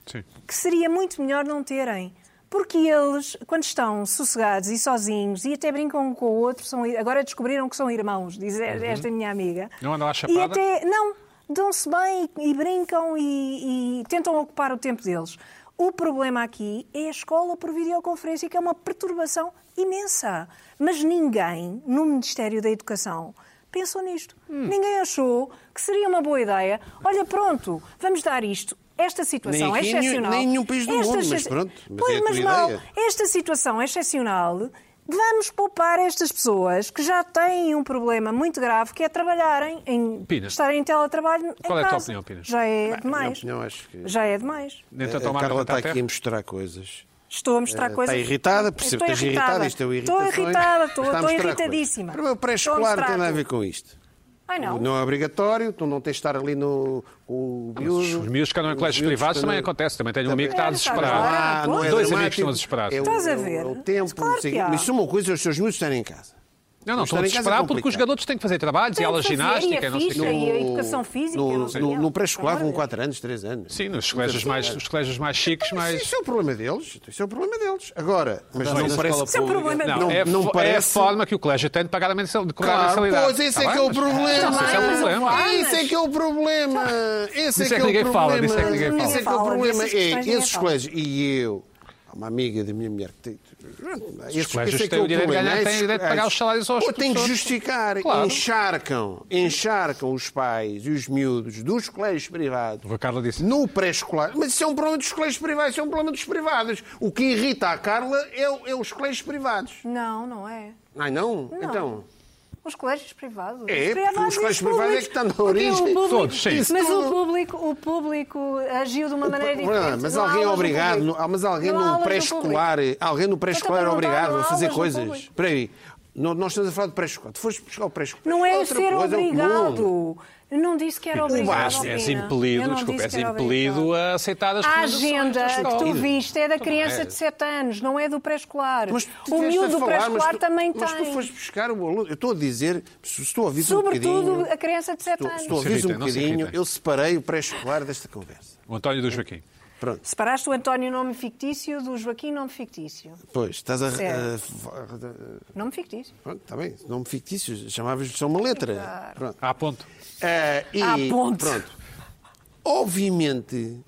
Speaker 1: Sim.
Speaker 4: que seria muito melhor não terem. Porque eles, quando estão sossegados e sozinhos e até brincam um com o outro, são, agora descobriram que são irmãos, diz esta minha amiga.
Speaker 1: Uhum. Não andam à chapada?
Speaker 4: E até, não, dão-se bem e, e brincam e, e tentam ocupar o tempo deles. O problema aqui é a escola por videoconferência, que é uma perturbação imensa. Mas ninguém no Ministério da Educação pensou nisto.
Speaker 1: Hum.
Speaker 4: Ninguém achou que seria uma boa ideia. Olha, pronto, vamos dar isto. Esta situação situação
Speaker 2: Nem aqui,
Speaker 4: é excepcional.
Speaker 2: nem em nenhum país do
Speaker 4: Esta
Speaker 2: mundo, mas
Speaker 4: exce-
Speaker 2: pronto, mas
Speaker 4: pois,
Speaker 2: é a
Speaker 4: mas
Speaker 2: tua
Speaker 4: mal,
Speaker 2: ideia.
Speaker 4: esta situação é excepcional. Vamos poupar estas pessoas que já têm um problema muito grave, que é trabalharem, em,
Speaker 1: Pinas.
Speaker 4: estarem em teletrabalho em
Speaker 1: Qual é a tua
Speaker 4: casa.
Speaker 1: opinião, Pinas?
Speaker 4: Já é
Speaker 2: Minha
Speaker 4: demais.
Speaker 2: opinião, acho que...
Speaker 4: Já é demais.
Speaker 1: Dentro da
Speaker 2: a
Speaker 1: tomada
Speaker 2: Carla
Speaker 1: da
Speaker 2: está aqui a
Speaker 1: terra.
Speaker 2: mostrar coisas.
Speaker 4: Estou a mostrar
Speaker 2: Eh,
Speaker 4: coisas.
Speaker 2: Está irritada, percebo que estás
Speaker 4: Estou
Speaker 2: irritada. Isto é o
Speaker 4: Estou
Speaker 2: irritações.
Speaker 4: irritada, estou,
Speaker 2: Está a
Speaker 4: estou
Speaker 2: mostrar coisas.
Speaker 4: irritadíssima.
Speaker 2: Para o
Speaker 4: Estou a
Speaker 2: pré-escolar
Speaker 4: mostrar
Speaker 2: tem nada a ver
Speaker 4: tudo.
Speaker 2: com isto.
Speaker 4: Ai, não.
Speaker 2: é obrigatório, tu não tens de estar ali no. com O
Speaker 1: Mas os
Speaker 2: miúdo.
Speaker 1: miúdos que andam em
Speaker 2: Os
Speaker 1: colégios
Speaker 2: miúdos
Speaker 1: privados
Speaker 2: que andam-
Speaker 1: também acontece. Também tenho um amigo que está
Speaker 4: É, está lá.
Speaker 1: desesperado.
Speaker 2: Ah, não é
Speaker 1: Dois amigos
Speaker 2: dramático.
Speaker 1: estão desesperados.
Speaker 2: É o-
Speaker 4: Estás a
Speaker 2: é o-
Speaker 4: ver?
Speaker 2: É o tempo,
Speaker 4: Claro
Speaker 2: não sei o quê.
Speaker 4: que há.
Speaker 2: Mas isso é uma coisa, os seus miúdos estarem em casa.
Speaker 1: Não, não, estão
Speaker 2: Estar em casa é
Speaker 1: desesperados porque os
Speaker 2: complicado.
Speaker 1: garotos têm que fazer trabalhos e
Speaker 4: Tem que
Speaker 1: aulas de
Speaker 4: fazer, e a
Speaker 1: ginástica. e não sei o quê.
Speaker 4: ficha, e- a educação física, eu
Speaker 2: No,
Speaker 4: não sei
Speaker 2: no,
Speaker 4: dela.
Speaker 2: no pré-escolar
Speaker 4: Pelo amor
Speaker 2: vão
Speaker 4: de
Speaker 2: 4 anos, 3 anos.
Speaker 1: Sim, nos colégios
Speaker 2: né?
Speaker 1: mais, os colégios mais chiques,
Speaker 2: Mas
Speaker 1: mais.
Speaker 2: Isso é o problema deles. Isso é o problema deles. Agora, mas
Speaker 3: Mas
Speaker 2: não
Speaker 3: na
Speaker 2: parece.
Speaker 3: escola
Speaker 4: Isso é um problema
Speaker 1: Não,
Speaker 4: deles.
Speaker 1: é, a
Speaker 2: não
Speaker 1: fo- é a
Speaker 2: parece-
Speaker 1: forma que o colégio tem de pagar a mensal- de cobrar a
Speaker 2: Claro, é
Speaker 1: mensalidade.
Speaker 2: pois esse é
Speaker 1: Está
Speaker 2: que é o
Speaker 1: bem, mas-
Speaker 2: problema.
Speaker 1: Esse Tá é que é o
Speaker 4: Mas
Speaker 1: problema.
Speaker 4: vai-
Speaker 2: Isso é que é o problema. Esse é
Speaker 1: Disso
Speaker 2: que
Speaker 1: é
Speaker 2: é
Speaker 1: que ninguém
Speaker 2: o
Speaker 1: fala,
Speaker 2: problema.
Speaker 1: disso é que ninguém
Speaker 2: Esse é que é o
Speaker 4: fala.
Speaker 2: problema.
Speaker 4: Dessas questões
Speaker 2: É,
Speaker 4: ninguém
Speaker 2: esses
Speaker 4: fala.
Speaker 2: colégios. E eu, há uma amiga da minha mulher que tem. Esses
Speaker 1: colégios
Speaker 2: esse é que
Speaker 1: têm
Speaker 2: é
Speaker 1: o direito de
Speaker 2: problema.
Speaker 1: ganhar, têm o
Speaker 2: Esses
Speaker 1: direito de pagar os salários aos
Speaker 2: Pô, Tem que
Speaker 1: professores.
Speaker 2: justificar.
Speaker 1: Claro.
Speaker 2: Encharcam, encharcam os pais e os miúdos dos colégios privados.
Speaker 1: A Carla disse.
Speaker 2: No pré-escolar. Mas isso é um problema dos colégios privados, isso é um problema dos privados. O que irrita a Carla é, o- é os colégios privados.
Speaker 4: Não, não é.
Speaker 2: Ai, não?
Speaker 4: Não.
Speaker 2: Então.
Speaker 4: Os colégios privados.
Speaker 2: É,
Speaker 4: Os
Speaker 2: porque os
Speaker 4: e
Speaker 2: colégios privados é que estão na
Speaker 4: Porque o
Speaker 2: origem.
Speaker 4: público-
Speaker 1: Todos, sim.
Speaker 4: Mas
Speaker 2: Isso
Speaker 4: o
Speaker 2: tudo.
Speaker 4: público, o público agiu de uma maneira
Speaker 2: Não,
Speaker 4: diferente.
Speaker 2: mas
Speaker 4: Não há
Speaker 2: alguém é
Speaker 4: aulas
Speaker 2: obrigado,
Speaker 4: público.
Speaker 2: no- mas alguém
Speaker 4: Não há aulas
Speaker 2: no
Speaker 4: no
Speaker 2: pré-escolar,
Speaker 4: público.
Speaker 2: alguém no pré-escolar é
Speaker 4: Então, não há
Speaker 2: obrigado a fazer
Speaker 4: aulas no
Speaker 2: coisas.
Speaker 4: público.
Speaker 2: Espera aí, Não- nós estamos a falar de pré-escolar. Tu foste buscar o pré-escolar.
Speaker 4: Não é
Speaker 2: outra
Speaker 4: ser
Speaker 2: coisa, é o mundo.
Speaker 4: obrigado. Eu não disse que era obrigado.
Speaker 2: Vasco,
Speaker 4: Alvina.
Speaker 1: És
Speaker 4: Eu
Speaker 1: impelido,
Speaker 4: não
Speaker 1: desculpa,
Speaker 4: disse
Speaker 1: és
Speaker 4: que era
Speaker 1: impelido
Speaker 4: obrigado.
Speaker 1: a aceitar as
Speaker 4: A
Speaker 1: recomendações
Speaker 4: agenda
Speaker 1: da
Speaker 4: que
Speaker 1: escola.
Speaker 4: tu viste é da criança
Speaker 1: é.
Speaker 4: de 7 anos, não é do pré-escolar.
Speaker 2: Mas tu
Speaker 4: O
Speaker 2: tiveste a
Speaker 4: miúdo do
Speaker 2: falar, mas
Speaker 4: pré-escolar
Speaker 2: tu-
Speaker 4: também
Speaker 2: Mas tu
Speaker 4: tem.
Speaker 2: foste buscar o aluno. Eu estou a dizer, se estou a ouvir um
Speaker 4: Sobretudo
Speaker 2: bocadinho-
Speaker 4: a criança de 7
Speaker 2: estou-
Speaker 4: anos.
Speaker 2: estou a ouvir
Speaker 1: Não
Speaker 2: um
Speaker 1: se irritem, não se
Speaker 2: bocadinho,
Speaker 1: irritem.
Speaker 2: eu separei o pré-escolar desta conversa.
Speaker 1: O António do Joaquim.
Speaker 2: Pronto,
Speaker 4: Separaste o António nome fictício do Joaquim nome fictício.
Speaker 2: pois, estás a.
Speaker 4: Certo.
Speaker 2: a-
Speaker 4: Nome fictício.
Speaker 2: Pronto, está bem, nome fictício, chamavas-lhe só uma letra. Pronto.
Speaker 1: Há ponto.
Speaker 2: Ah, e,
Speaker 4: À ponte.
Speaker 2: Pronto. Obviamente,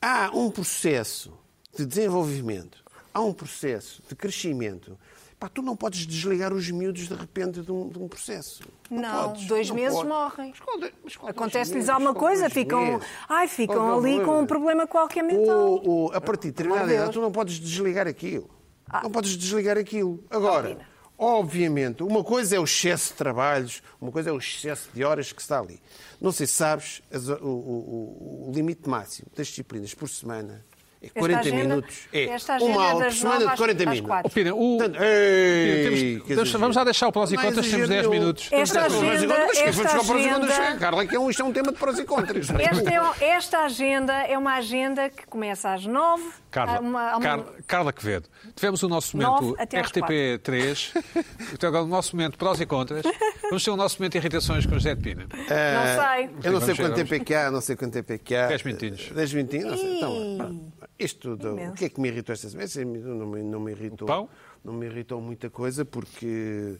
Speaker 2: há um processo de desenvolvimento, há um processo de crescimento. Pá, tu não podes desligar os miúdos de repente de um, de um processo.
Speaker 4: Não,
Speaker 2: podes,
Speaker 4: dois
Speaker 2: não
Speaker 4: meses
Speaker 2: podes.
Speaker 4: morrem.
Speaker 2: Mas qual de- mas qual dois
Speaker 4: Acontece-lhes
Speaker 2: meses?
Speaker 4: alguma
Speaker 2: Qual
Speaker 4: coisa,
Speaker 2: dois
Speaker 4: ficam,
Speaker 2: meses?
Speaker 4: ai, ficam
Speaker 2: Qual é
Speaker 4: ali
Speaker 2: dois
Speaker 4: com um
Speaker 2: meses?
Speaker 4: problem qualquer mental.
Speaker 2: Ou, é ou, a partir de
Speaker 4: Pelo amor
Speaker 2: determinada
Speaker 4: de
Speaker 2: idade,
Speaker 4: Deus.
Speaker 2: tu não podes desligar aquilo.
Speaker 4: Ah.
Speaker 2: Não podes desligar aquilo. Agora, obviamente, uma coisa é o excesso de trabalhos, uma coisa é o excesso de horas que está ali. Não sei se sabes, as- o, o- o- o limite máximo das disciplinas por semana é 40
Speaker 4: agenda-
Speaker 2: minutos. É
Speaker 4: esta agenda
Speaker 2: uma
Speaker 4: é
Speaker 2: aula por
Speaker 4: das nove
Speaker 2: semana de
Speaker 4: às-
Speaker 2: 40
Speaker 4: às
Speaker 2: minutos.
Speaker 4: quatro.
Speaker 1: Opina, o...
Speaker 2: Portanto, ei,
Speaker 1: Temos-
Speaker 2: que
Speaker 1: temos-
Speaker 2: exagero.
Speaker 1: vamos lá deixar o prós e
Speaker 2: Não
Speaker 1: contras, temos 10
Speaker 2: exagero.
Speaker 1: minutos.
Speaker 4: Esta
Speaker 2: Temos 10 minutos.
Speaker 4: agenda-
Speaker 2: Mas que
Speaker 4: esta
Speaker 2: vamos buscar prós e contras.
Speaker 4: agenda-
Speaker 2: Carla, que é um, isto é um tema de prós e contras.
Speaker 4: Esta, é, o- esta agenda é uma agenda que começa às nove.
Speaker 1: Carla,
Speaker 4: há uma- há uma-
Speaker 1: Car- Carla Quevedo, tivemos o nosso
Speaker 4: Nove
Speaker 1: momento
Speaker 4: até às
Speaker 1: RTP3, então agora o nosso momento prós e contras, vamos ter o nosso momento irritações com José de Pina.
Speaker 4: Não sei.
Speaker 2: É, Eu não sei
Speaker 1: Vamos
Speaker 2: quanto
Speaker 1: ver,
Speaker 2: tempo eh, é que há, não sei quanto tempo é que há.
Speaker 1: Dez minutinhos.
Speaker 2: 10 minutinhos, não sei. Então,
Speaker 4: Ih.
Speaker 2: pá, isto tudo.
Speaker 4: Imenso.
Speaker 2: O que é que me irritou esta semana? Esse Não me, não me irritou.
Speaker 1: pão?
Speaker 2: Não me irritou muita coisa porque.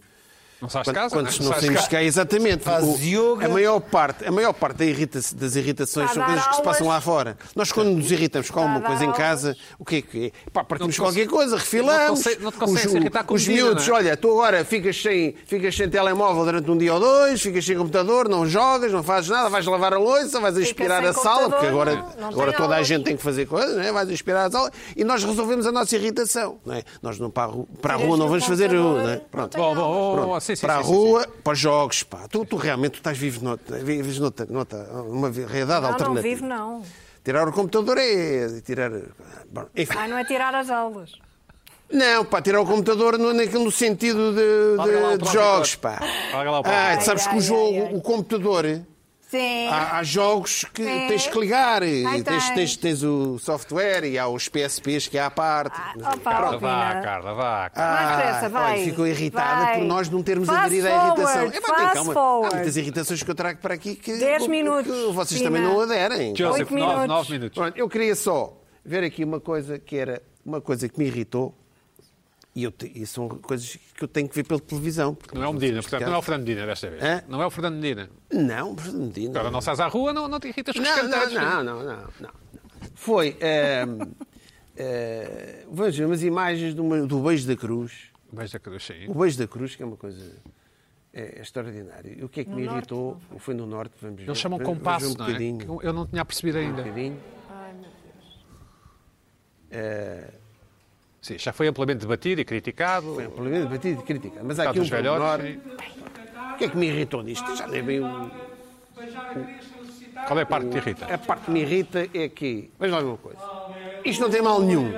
Speaker 1: Não sais de
Speaker 2: Quando,
Speaker 1: casa?
Speaker 2: quando
Speaker 1: é?
Speaker 2: se não
Speaker 1: sais de
Speaker 2: saímos
Speaker 1: casa.
Speaker 2: de cá, exatamente.
Speaker 3: Faz
Speaker 2: O-
Speaker 3: yoga.
Speaker 2: A maior parte, a maior parte da irrita- das irritações
Speaker 4: Está a
Speaker 2: são
Speaker 4: dar
Speaker 2: coisas que se passam
Speaker 4: aulas.
Speaker 2: lá fora. Nós, quando nos irritamos com
Speaker 4: Está a
Speaker 2: alguma
Speaker 4: dar
Speaker 2: coisa em
Speaker 4: aulas.
Speaker 2: casa, o que é que é? Pá, partimos
Speaker 1: Não te
Speaker 2: qualquer coisa,
Speaker 1: não
Speaker 2: refilamos.
Speaker 1: te conse- não te consegues
Speaker 2: os, o-
Speaker 1: irritar com
Speaker 2: os
Speaker 1: comida,
Speaker 2: miúdos,
Speaker 1: não é?
Speaker 2: olha, tu agora ficas sem, ficas sem telemóvel durante um dia ou dois, ficas sem computador, não jogas, não fazes nada, vais lavar a louça, vais inspirar
Speaker 4: sem
Speaker 2: a sala,
Speaker 4: computador,
Speaker 2: porque agora,
Speaker 4: não- não
Speaker 2: agora
Speaker 4: tem
Speaker 2: toda a
Speaker 4: aulas.
Speaker 2: gente tem que fazer coisas, não é? vais inspirar a sala e nós resolvemos a nossa irritação. Não é? Nós não para a ru- para a
Speaker 4: Tiras
Speaker 2: rua não
Speaker 4: do
Speaker 2: vamos fazer
Speaker 4: computador,
Speaker 2: rua, não é?
Speaker 4: não
Speaker 2: Pronto.
Speaker 1: Bom, bom, bom,
Speaker 2: Pronto,
Speaker 1: Oh, sim, sim,
Speaker 2: para a
Speaker 1: sim, sim,
Speaker 2: rua, para os jogos, pá. Tu, tu realmente tu estás vivo noutra, vives noutra, noutra- uma vi- realidade
Speaker 4: Não,
Speaker 2: alternativa.
Speaker 4: não vivo, não.
Speaker 2: Tirar o computador é tirar. bom, enfim.
Speaker 4: Ai, não é tirar as aulas.
Speaker 2: Não, pá, tirar o computador no, naquele no sentido de,
Speaker 1: Larga lá o
Speaker 2: de- de
Speaker 1: projetor.
Speaker 2: jogos, pá.
Speaker 1: Larga lá o
Speaker 2: ah,
Speaker 1: projetor.
Speaker 2: tu sabes
Speaker 4: Ai,
Speaker 2: que o
Speaker 4: ai,
Speaker 2: jogo,
Speaker 4: ai, ai.
Speaker 2: o computador.
Speaker 4: Sim.
Speaker 2: Há, há jogos que
Speaker 4: É.
Speaker 2: tens que ligar, e
Speaker 4: Ai,
Speaker 2: tens,
Speaker 4: tens.
Speaker 2: tens, tens o software e há os PSPs que há à parte.
Speaker 4: Ah,
Speaker 2: Mas,
Speaker 4: opa,
Speaker 1: Carla,
Speaker 4: Alvina.
Speaker 1: vá, Carla, vá. Carla.
Speaker 4: Mais
Speaker 2: Ah,
Speaker 4: depressa, vai.
Speaker 2: olha, ficou irritada
Speaker 4: Vai.
Speaker 2: por nós não termos
Speaker 4: Fast
Speaker 2: aderido à irritação.
Speaker 4: forward,
Speaker 2: É, pá, tem
Speaker 4: fast
Speaker 2: calma.
Speaker 4: forward.
Speaker 2: Há muitas irritações que eu trago para aqui que,
Speaker 4: Dez
Speaker 2: que
Speaker 4: minutos,
Speaker 2: vocês
Speaker 4: Pina.
Speaker 2: também não aderem.
Speaker 1: Joseph,
Speaker 4: Oito
Speaker 1: nove,
Speaker 4: minutos.
Speaker 1: nove minutos.
Speaker 2: Pronto, eu queria só ver aqui uma coisa que era uma coisa que me irritou e, eu te- e são coisas que eu tenho que ver pela televisão. porque
Speaker 1: Não é o Medina, portanto, não é o Fernando Medina desta vez.
Speaker 2: Hã?
Speaker 1: Não é o Fernando Medina.
Speaker 2: Não, Medina.
Speaker 1: Agora não sais à rua, não, não te irritas com os
Speaker 2: Não, não,
Speaker 1: cantantes.
Speaker 2: não, não, não, não. Foi. ehm, eh, Vejo umas imagens de uma- do beijo da cruz.
Speaker 1: Beijo da cruz, sim.
Speaker 2: O beijo da cruz, que é uma coisa é, é extraordinária. E o que é que me irritou? foi no norte, vamos ver.
Speaker 1: Eles chamam
Speaker 2: Vamos-
Speaker 1: compasso,
Speaker 2: vamos ver um bocadinho.
Speaker 1: não é? Que Eu não tinha percebido
Speaker 2: Um
Speaker 1: ainda.
Speaker 2: bocadinho. eh,
Speaker 1: Sim, já foi amplamente debatido e criticado.
Speaker 2: Foi pelo menos batido de crítica. Mas há
Speaker 1: Está
Speaker 2: aqui um
Speaker 1: dos
Speaker 2: pormenor.
Speaker 1: velhotes. sim.
Speaker 2: O que é que me irritou nisto? Já nem bem o...
Speaker 1: Qual é a parte que te irrita?
Speaker 2: A parte que me irrita é que... Mas lá uma coisa. Isto não tem mal nenhum.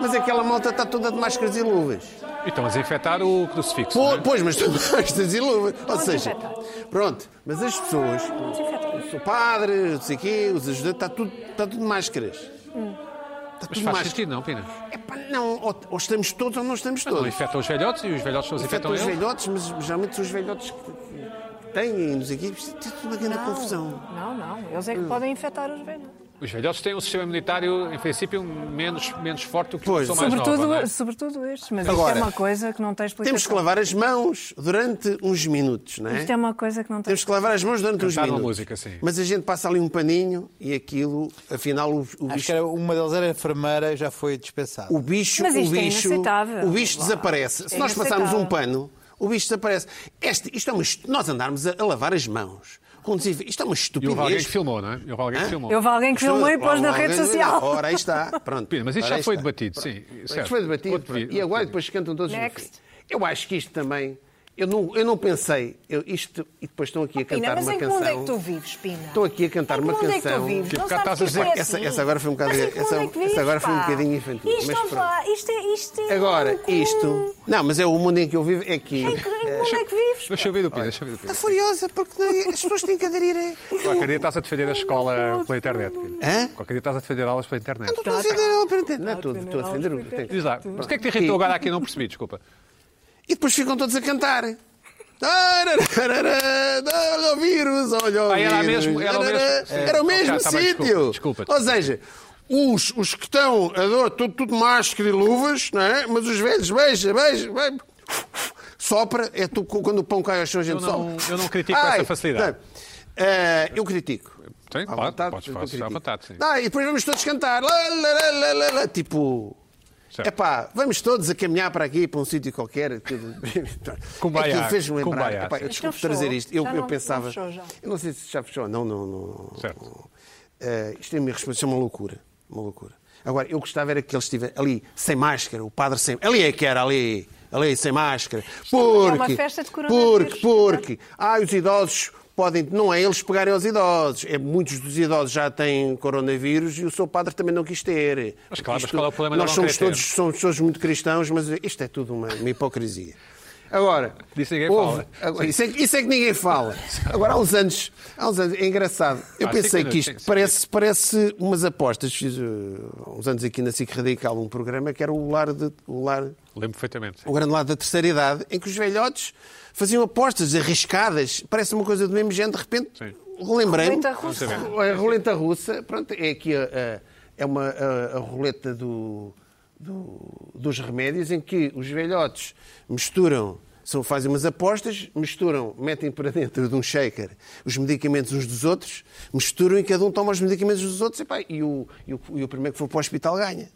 Speaker 2: Mas aquela malta está toda de máscaras e luvas.
Speaker 1: E estão a desinfetar o crucifixo.
Speaker 2: Pô,
Speaker 1: não é?
Speaker 2: pois, mas tu estas e luvas. Ou seja,
Speaker 4: desinfetar.
Speaker 2: pronto, mas as pessoas,
Speaker 4: desinfetar.
Speaker 2: o padre, não sei o quê, os ajudantes, está tudo, está tudo de máscaras.
Speaker 4: Hum.
Speaker 2: Está
Speaker 1: Mas
Speaker 2: tudo
Speaker 1: faz
Speaker 2: de máscaras.
Speaker 1: sentido, não, Pina?
Speaker 2: Epá, não, ou, ou estamos todos ou não estamos
Speaker 1: Não
Speaker 2: todos.
Speaker 1: infectam os velhotes e os velhotes não
Speaker 2: Infectam
Speaker 1: infectam
Speaker 2: os
Speaker 1: eles?
Speaker 2: velhotes, mas geralmente são os velhotes que, que têm, não sei o quê, isto é tudo uma grande confusão.
Speaker 4: Não, não. Eles é que podem infectar os velhos.
Speaker 1: Os velhotes têm um sistema imunitário, em princípio, menos, menos forte do que
Speaker 2: Pois,
Speaker 1: os mais
Speaker 4: Sobretudo,
Speaker 1: nova, não é?
Speaker 4: sobretudo estes. Mas
Speaker 2: Agora,
Speaker 4: isto é uma coisa que não tem explicação.
Speaker 2: Temos que lavar as mãos durante uns minutos, não é?
Speaker 4: Isto é uma coisa que não tem
Speaker 2: Temos que lavar as mãos durante uns
Speaker 1: Cantar uma
Speaker 2: minutos.
Speaker 1: música, sim.
Speaker 2: Mas a gente passa ali um paninho e aquilo, afinal, o, o
Speaker 3: Acho
Speaker 2: bicho
Speaker 3: que é era- uma delas era enfermeira e já foi dispensada.
Speaker 2: O bicho,
Speaker 4: Mas isto
Speaker 2: o
Speaker 4: é
Speaker 2: bicho,
Speaker 4: inaceitável.
Speaker 2: o bicho
Speaker 4: Vá.
Speaker 2: desaparece. Se
Speaker 4: É
Speaker 2: nós passarmos um
Speaker 4: inaceitável.
Speaker 2: pano, o bicho desaparece. Este, isto é uma, est- nós andarmos a, a lavar as mãos. com desinfe- Isto é uma
Speaker 1: E houve alguém que
Speaker 2: estupidez.
Speaker 1: filmou, não é? E houve alguém que
Speaker 2: Hã?
Speaker 1: filmou.
Speaker 4: Eu vi alguém que filmou e pôs na rede social.
Speaker 2: Ora, aí está. Pronto.
Speaker 1: Pina, mas isto
Speaker 2: Ora,
Speaker 1: já
Speaker 2: aí
Speaker 1: foi
Speaker 2: está.
Speaker 1: debatido, sim.
Speaker 2: Isto
Speaker 1: certo.
Speaker 2: foi debatido.
Speaker 1: Outro vídeo,
Speaker 2: e agora
Speaker 1: outro
Speaker 2: depois cantam todos no fim.
Speaker 4: Next.
Speaker 2: Eu acho que isto também... Eu não, eu não pensei... Eu, isto, e depois estão aqui a
Speaker 4: Pina,
Speaker 2: cantar
Speaker 4: mas em
Speaker 2: uma
Speaker 4: que
Speaker 2: canção...
Speaker 4: mundo é que tu vives, Pina?
Speaker 2: Estou aqui a cantar
Speaker 4: Em que
Speaker 2: uma
Speaker 4: mundo é que tu
Speaker 2: canção.
Speaker 4: vives?
Speaker 1: Que
Speaker 4: Não
Speaker 1: cá
Speaker 4: sabes
Speaker 1: estás a
Speaker 4: isto é
Speaker 1: dizer-
Speaker 2: Essa-
Speaker 4: assim.
Speaker 2: essa agora foi um bocado-
Speaker 4: Mas em que
Speaker 2: essa-
Speaker 4: mundo é que
Speaker 2: essa agora foi um
Speaker 4: pá?
Speaker 2: bocadinho infantil,
Speaker 4: Isto,
Speaker 2: mas
Speaker 4: vá, isto é. Isto é
Speaker 2: Agora,
Speaker 4: um comum.
Speaker 2: isto... Não, mas é o mundo em que eu vivo. É que...
Speaker 4: Em que, em que mundo é que vives?
Speaker 1: Deixa eu ver o Pina, deixa eu ver o Pina.
Speaker 2: Está furiosa porque não- as pessoas têm que aderir a...
Speaker 1: Qualquer dia estás a defender a escola pela internet. Pina.
Speaker 2: Hã?
Speaker 1: Qualquer dia estás a defender aulas pela internet.
Speaker 2: Estou a defender ela para entender. Não, estou estou a defender o.
Speaker 1: Diz
Speaker 2: tem-
Speaker 1: lá, mas o que é que te irritou agora aqui? Não percebi, desculpa.
Speaker 2: E depois ficam todos a cantar. Tarararara, Olha o vírus, olha o
Speaker 1: Ah, era
Speaker 2: vírus.
Speaker 1: mesmo- era o mesmo-
Speaker 2: Tararara,
Speaker 1: é,
Speaker 2: Era o
Speaker 1: ok,
Speaker 2: mesmo
Speaker 1: tá bem, desculpa,
Speaker 2: sítio.
Speaker 1: desculpa,
Speaker 2: Ou
Speaker 1: desculpa.
Speaker 2: seja, os, os que estão a dor, tudo, tudo máscara e luvas, não é? Mas os velhos, beija, beija, beija. Sopra, é tu, quando o pão cai ao chão, a gente
Speaker 1: Eu não-
Speaker 2: sopra.
Speaker 1: eu não critico essa facilidade.
Speaker 2: não. Ah, eu critico.
Speaker 1: Sim,
Speaker 2: À
Speaker 1: claro, podes falar
Speaker 2: eu critico.
Speaker 1: à vontade, sim.
Speaker 2: Ah, e depois vamos todos cantar. Lá, lá, lá, lá, lá, lá, tipo.
Speaker 1: Certo.
Speaker 2: É pá, vamos todos a caminhar para aqui, para um sítio qualquer. Tudo...
Speaker 1: Cumbaiá,
Speaker 2: Aquilo fez-me lembrar.
Speaker 1: Cumbaiá,
Speaker 2: Epá,
Speaker 1: sim.
Speaker 2: eu desculpe
Speaker 4: Então
Speaker 2: trazer
Speaker 4: fechou.
Speaker 2: isto. Eu,
Speaker 4: Já
Speaker 2: eu
Speaker 4: não- não
Speaker 2: pensava.
Speaker 4: fechou já.
Speaker 2: Eu não sei se já fechou. Não, não, não.
Speaker 1: Certo.
Speaker 2: Eh, isto é uma irresponsabilidade, uma loucura. Uma loucura. Agora, eu gostava era que eles estivessem ali, sem máscara, o padre sem. Ali é que era, ali. Ali, sem máscara.
Speaker 4: uma- é
Speaker 2: Porque.
Speaker 4: uma festa de coronavírus.
Speaker 2: porque, porque. Ah, os idosos podem. Não é eles pegarem aos idosos. É, muitos dos idosos já têm coronavírus e o seu padre também não quis ter.
Speaker 1: Mas claro, mas
Speaker 2: Isto-
Speaker 1: qual é o problema de
Speaker 2: Nós
Speaker 1: não
Speaker 2: somos
Speaker 1: querer ter?
Speaker 2: todos, somos todos muito cristãos, mas isto é tudo uma, uma hipocrisia. Agora,
Speaker 1: Disso ninguém fala.
Speaker 2: agora, isso, é, que- isso é que ninguém fala. Agora, há uns anos, há uns anos é engraçado. Eu
Speaker 1: Há
Speaker 2: pensei
Speaker 1: cinco
Speaker 2: que
Speaker 1: minutos,
Speaker 2: isto
Speaker 1: Ah, sim,
Speaker 2: parece, parece umas apostas. Fiz uh, há uns anos aqui na SIC Radical um programa que era o lar, de, o lar
Speaker 1: Lembro perfeitamente.
Speaker 2: o grande lado da terceira idade, em que os velhotes faziam apostas arriscadas, parece uma coisa do mesmo género, de repente,
Speaker 1: Sim.
Speaker 2: lembrei-me.
Speaker 4: Roleta russa.
Speaker 2: A roleta russa, pronto, é aqui a, a- é uma, a, a roleta do- do- dos remédios, em que os velhotes misturam são, fazem umas apostas, misturam, metem para dentro de um shaker os medicamentos uns dos outros, misturam e cada um toma os medicamentos dos outros e, pá, e, o, e, o, e o primeiro que for para o hospital ganha.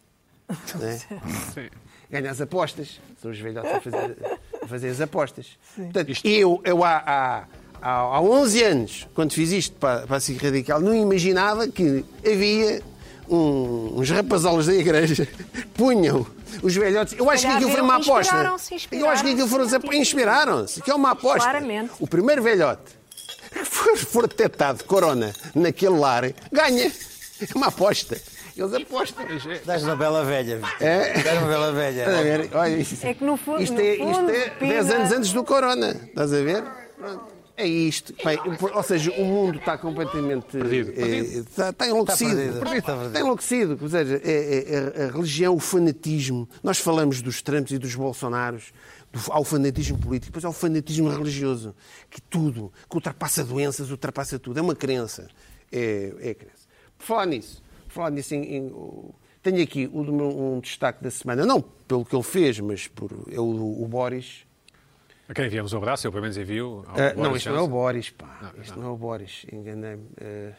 Speaker 2: Não é?
Speaker 1: Sim.
Speaker 2: ganha as apostas. São os velhotes a fazer, a fazer as apostas. Portanto, eu, eu há, há, há, há 11 anos, quando fiz isto para, para a SIC Radical, não imaginava que havia um- uns rapazolas da igreja que punham os velhotes. Eu acho que
Speaker 4: calhar
Speaker 2: aquilo foi uma
Speaker 4: viram,
Speaker 2: aposta.
Speaker 4: inspiraram-se,
Speaker 2: Eu acho que aquilo foram os apo- inspiraram-se. Que é uma aposta.
Speaker 4: Claramente.
Speaker 2: O primeiro velhote que for, for detectado corona naquele lar ganha. É uma aposta. Eles apostam.
Speaker 3: Estás na bela velha. Vitor.
Speaker 1: É?
Speaker 3: Estás na bela
Speaker 2: Estás a
Speaker 3: velha.
Speaker 2: ver? Olha, isto,
Speaker 4: É que no fu-
Speaker 2: isto
Speaker 4: no
Speaker 2: é,
Speaker 4: fundo,
Speaker 2: isto é
Speaker 4: Pina-
Speaker 2: 10 anos antes do corona. Estás a ver? Pronto. É isto. Bem, ou seja, o mundo está completamente.
Speaker 1: Perdido.
Speaker 2: eh, Está, está enlouquecido.
Speaker 3: Está perdido. Está perdido.
Speaker 2: enlouquecido. Ou seja, é- é- é- a religião, o fanatismo. Nós falamos dos Trumps e dos Bolsonaros. Do, ao fanatismo político, depois ao fanatismo religioso. Que tudo, que ultrapassa doenças, ultrapassa tudo. É uma crença. É, é crença. Por falar nisso, por falar nisso em- em- o- tenho aqui o do meu- um destaque da semana. Não pelo que ele fez, mas por, é o- o Boris.
Speaker 1: A quem enviamos um abraço, eu pelo menos envio. ao
Speaker 2: Ah, não,
Speaker 1: Boris
Speaker 2: este não é o
Speaker 1: Johnson.
Speaker 2: Boris, pá. este não. é o Boris, enganei-me. Ah,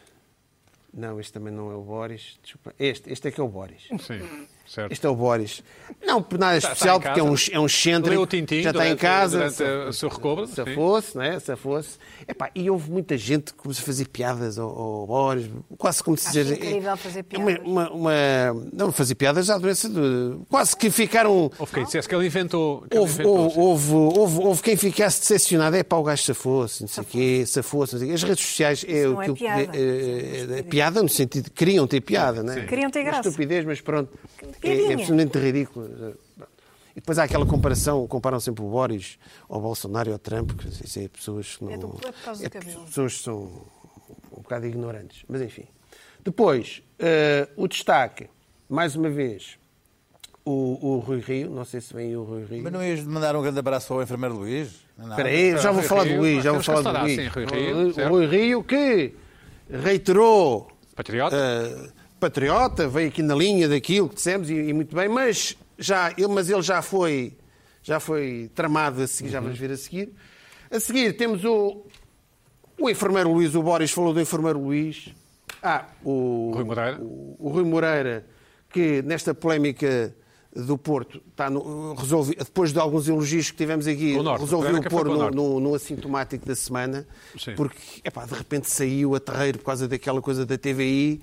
Speaker 2: não, este também não é o Boris. Desculpa. Este, este é que é o Boris.
Speaker 1: Sim, certo.
Speaker 2: Este é o Boris. Não, por nada
Speaker 1: Está- está
Speaker 2: especial,
Speaker 1: Tá, em
Speaker 2: porque é
Speaker 1: casa.
Speaker 2: um, é um excêntrico,
Speaker 1: Leu o Tintim
Speaker 2: já está em
Speaker 1: durante-
Speaker 2: casa.
Speaker 1: durante
Speaker 2: se-
Speaker 1: o seu recobro,
Speaker 2: Se
Speaker 1: sim.
Speaker 2: fosse, né? Se fosse. Epá, e houve muita gente que começou a fazer piadas ao, ao Boris, quase como se
Speaker 4: Acho
Speaker 2: dizer.
Speaker 4: incrível fazer
Speaker 2: é uma-
Speaker 4: piadas.
Speaker 2: uma- uma- não, fazer piadas à doença. De, quase que ficaram.
Speaker 1: Houve quem dissesse que ele inventou.
Speaker 3: é
Speaker 1: que ele
Speaker 2: Houve,
Speaker 1: inventou,
Speaker 2: houve,
Speaker 1: sim.
Speaker 2: houve, houve- houve quem ficasse decepcionado, é pá, o gajo safou-se, não sei o quê, safou-se, não sei o quê. As redes sociais é
Speaker 4: não é
Speaker 2: aquilo que-
Speaker 4: piada.
Speaker 2: é- é- é piada no sentido, de queriam ter piada, não é?
Speaker 4: Queriam ter
Speaker 2: Uma
Speaker 4: graça.
Speaker 2: estupidez, mas pronto, é, é
Speaker 4: Piadinha.
Speaker 2: absolutamente ridículo. E depois há aquela comparação, comparam sempre o Boris ao Bolsonaro e ao Trump, que isso é pessoas que não...
Speaker 4: É do- é por causa do cabelo.
Speaker 2: pessoas que são um bocado ignorantes, mas enfim. Depois, eh, o destaque, mais uma vez, o, o Rui Rio, não sei se vem aí o Rui Rio.
Speaker 3: Mas não ias mandar um grande abraço ao enfermeiro Luís? Não é nada?
Speaker 2: Espera aí, já vou
Speaker 1: Rui
Speaker 2: falar do
Speaker 1: Rio,
Speaker 2: Luís, já vou
Speaker 1: temos que
Speaker 2: falar do
Speaker 1: falar,
Speaker 2: Luís.
Speaker 1: sim, Rui Rio,
Speaker 2: O
Speaker 1: certo.
Speaker 2: Rui Rio que reiterou
Speaker 1: Patriota.
Speaker 2: eh, patriota, veio aqui na linha daquilo que dissemos e, e muito bem, mas, já, ele, mas ele já foi, já foi tramado a seguir, já
Speaker 1: Uhum.
Speaker 2: vamos ver a seguir. A seguir temos o, o enfermeiro Luís, o Boris falou do enfermeiro Luís. Ah, o
Speaker 1: Rui Moreira.
Speaker 2: O, o Rui Moreira, que nesta polémica do Porto, está no, resolve, depois de alguns elogios que tivemos aqui,
Speaker 1: Com o Norte.
Speaker 2: resolveu
Speaker 1: Polémica foi
Speaker 2: pôr
Speaker 1: com o
Speaker 2: no,
Speaker 1: Norte.
Speaker 2: no- no assintomático da semana,
Speaker 1: Sim.
Speaker 2: porque epá, de repente saiu a terreiro por causa daquela coisa da TVI.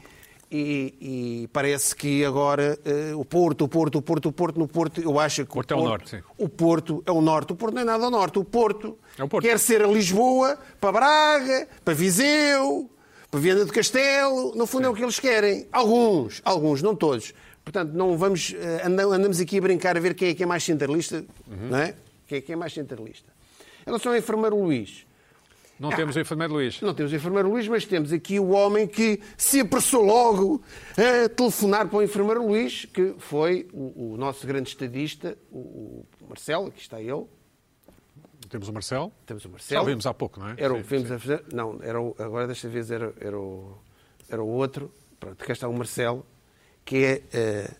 Speaker 2: E, e parece que agora eh, o Porto, o Porto, o Porto, o Porto, no Porto, eu acho que
Speaker 1: Porto é o norte, sim.
Speaker 2: o Porto é o Norte. O Porto não é nada ao Norte. O Porto,
Speaker 1: É o Porto.
Speaker 2: quer ser a Lisboa, para Braga, para Viseu, para Viana do Castelo. No fundo é o que eles querem. Alguns, alguns, não todos. Portanto, não vamos, eh, andam- andamos aqui a brincar a ver quem é que é mais centralista,
Speaker 1: Uhum.
Speaker 2: não é? Quem é que é mais centralista. Em relação ao enfermeiro Luís, Ah.
Speaker 1: Não temos o enfermeiro Luís.
Speaker 2: não temos o enfermeiro Luís, mas temos aqui o homem que se apressou logo a telefonar para o enfermeiro Luís, que foi o, o nosso grande estadista, o, o Marcelo, aqui está ele.
Speaker 1: Temos o Marcelo.
Speaker 2: Temos o Marcelo.
Speaker 1: Já o vimos há pouco, não é?
Speaker 2: Era o
Speaker 1: Sim,
Speaker 2: que vimos
Speaker 1: sim.
Speaker 2: a fazer. Não, era o- agora desta vez era, era, o, era o outro. Pronto, cá está o Marcelo, que é eh,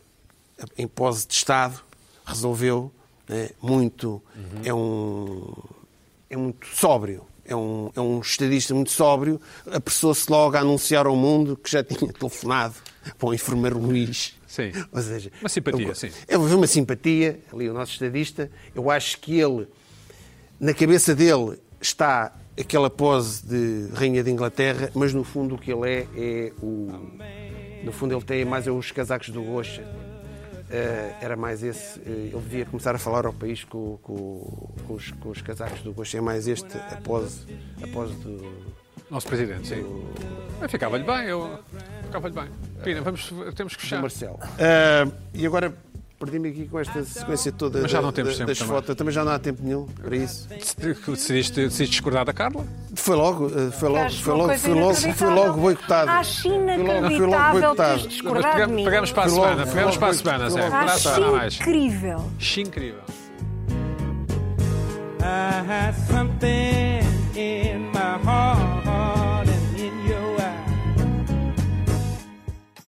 Speaker 2: em pose de Estado, resolveu né, muito.
Speaker 1: Uhum.
Speaker 2: É um. É muito sóbrio. É um, é um estadista muito sóbrio. Apressou-se logo a anunciar ao mundo que já tinha telefonado para o enfermeiro Luís.
Speaker 1: Sim.
Speaker 2: Ou seja,
Speaker 1: Uma simpatia,
Speaker 2: eu-
Speaker 1: sim.
Speaker 2: Então, eu houve uma simpatia, ali o nosso estadista. Eu acho que ele, na cabeça dele, está aquela pose de Rainha de Inglaterra, mas no fundo o que ele é é o. No fundo ele tem mais é os casacos do Gocha. Eh, era mais esse. eh, ele devia começar a falar ao país com, com- com os, com os casacos do Gocha. É mais este, a pose, a pose do.
Speaker 1: Nosso presidente, sim. Eu Ficava-lhe bem, eu. Ficava-lhe bem. Pina, vamos, temos que
Speaker 4: Tá.
Speaker 2: do
Speaker 1: fechar.
Speaker 2: Marcelo. Ah, e agora perdi-me aqui com
Speaker 4: Ah, então-
Speaker 2: esta sequência toda
Speaker 1: Mas já
Speaker 2: da-
Speaker 1: não temos
Speaker 2: da-
Speaker 1: tempo
Speaker 2: das
Speaker 1: também.
Speaker 2: fotos. Também já não há tempo nenhum para isso.
Speaker 1: Decidiste, decidiste discordar da Carla?
Speaker 2: Foi logo, ah, foi logo,
Speaker 4: Acho
Speaker 2: foi
Speaker 4: uma
Speaker 2: logo,
Speaker 4: coisa
Speaker 2: foi logo, foi
Speaker 4: inacreditável.
Speaker 2: logo boicotado.
Speaker 4: Acho
Speaker 2: Foi logo
Speaker 4: inacreditável teres
Speaker 2: boicotado.
Speaker 1: Mas
Speaker 4: discordado de
Speaker 1: pegamos,
Speaker 4: mim. Ah,
Speaker 1: pegamos para a
Speaker 2: Foi logo,
Speaker 1: semana,
Speaker 2: foi
Speaker 1: pegamos
Speaker 2: logo,
Speaker 1: para a
Speaker 2: foi
Speaker 1: semana,
Speaker 2: logo.
Speaker 1: Zé. Para a
Speaker 4: Acho
Speaker 1: semana a mais.
Speaker 4: incrível.
Speaker 1: Incrível.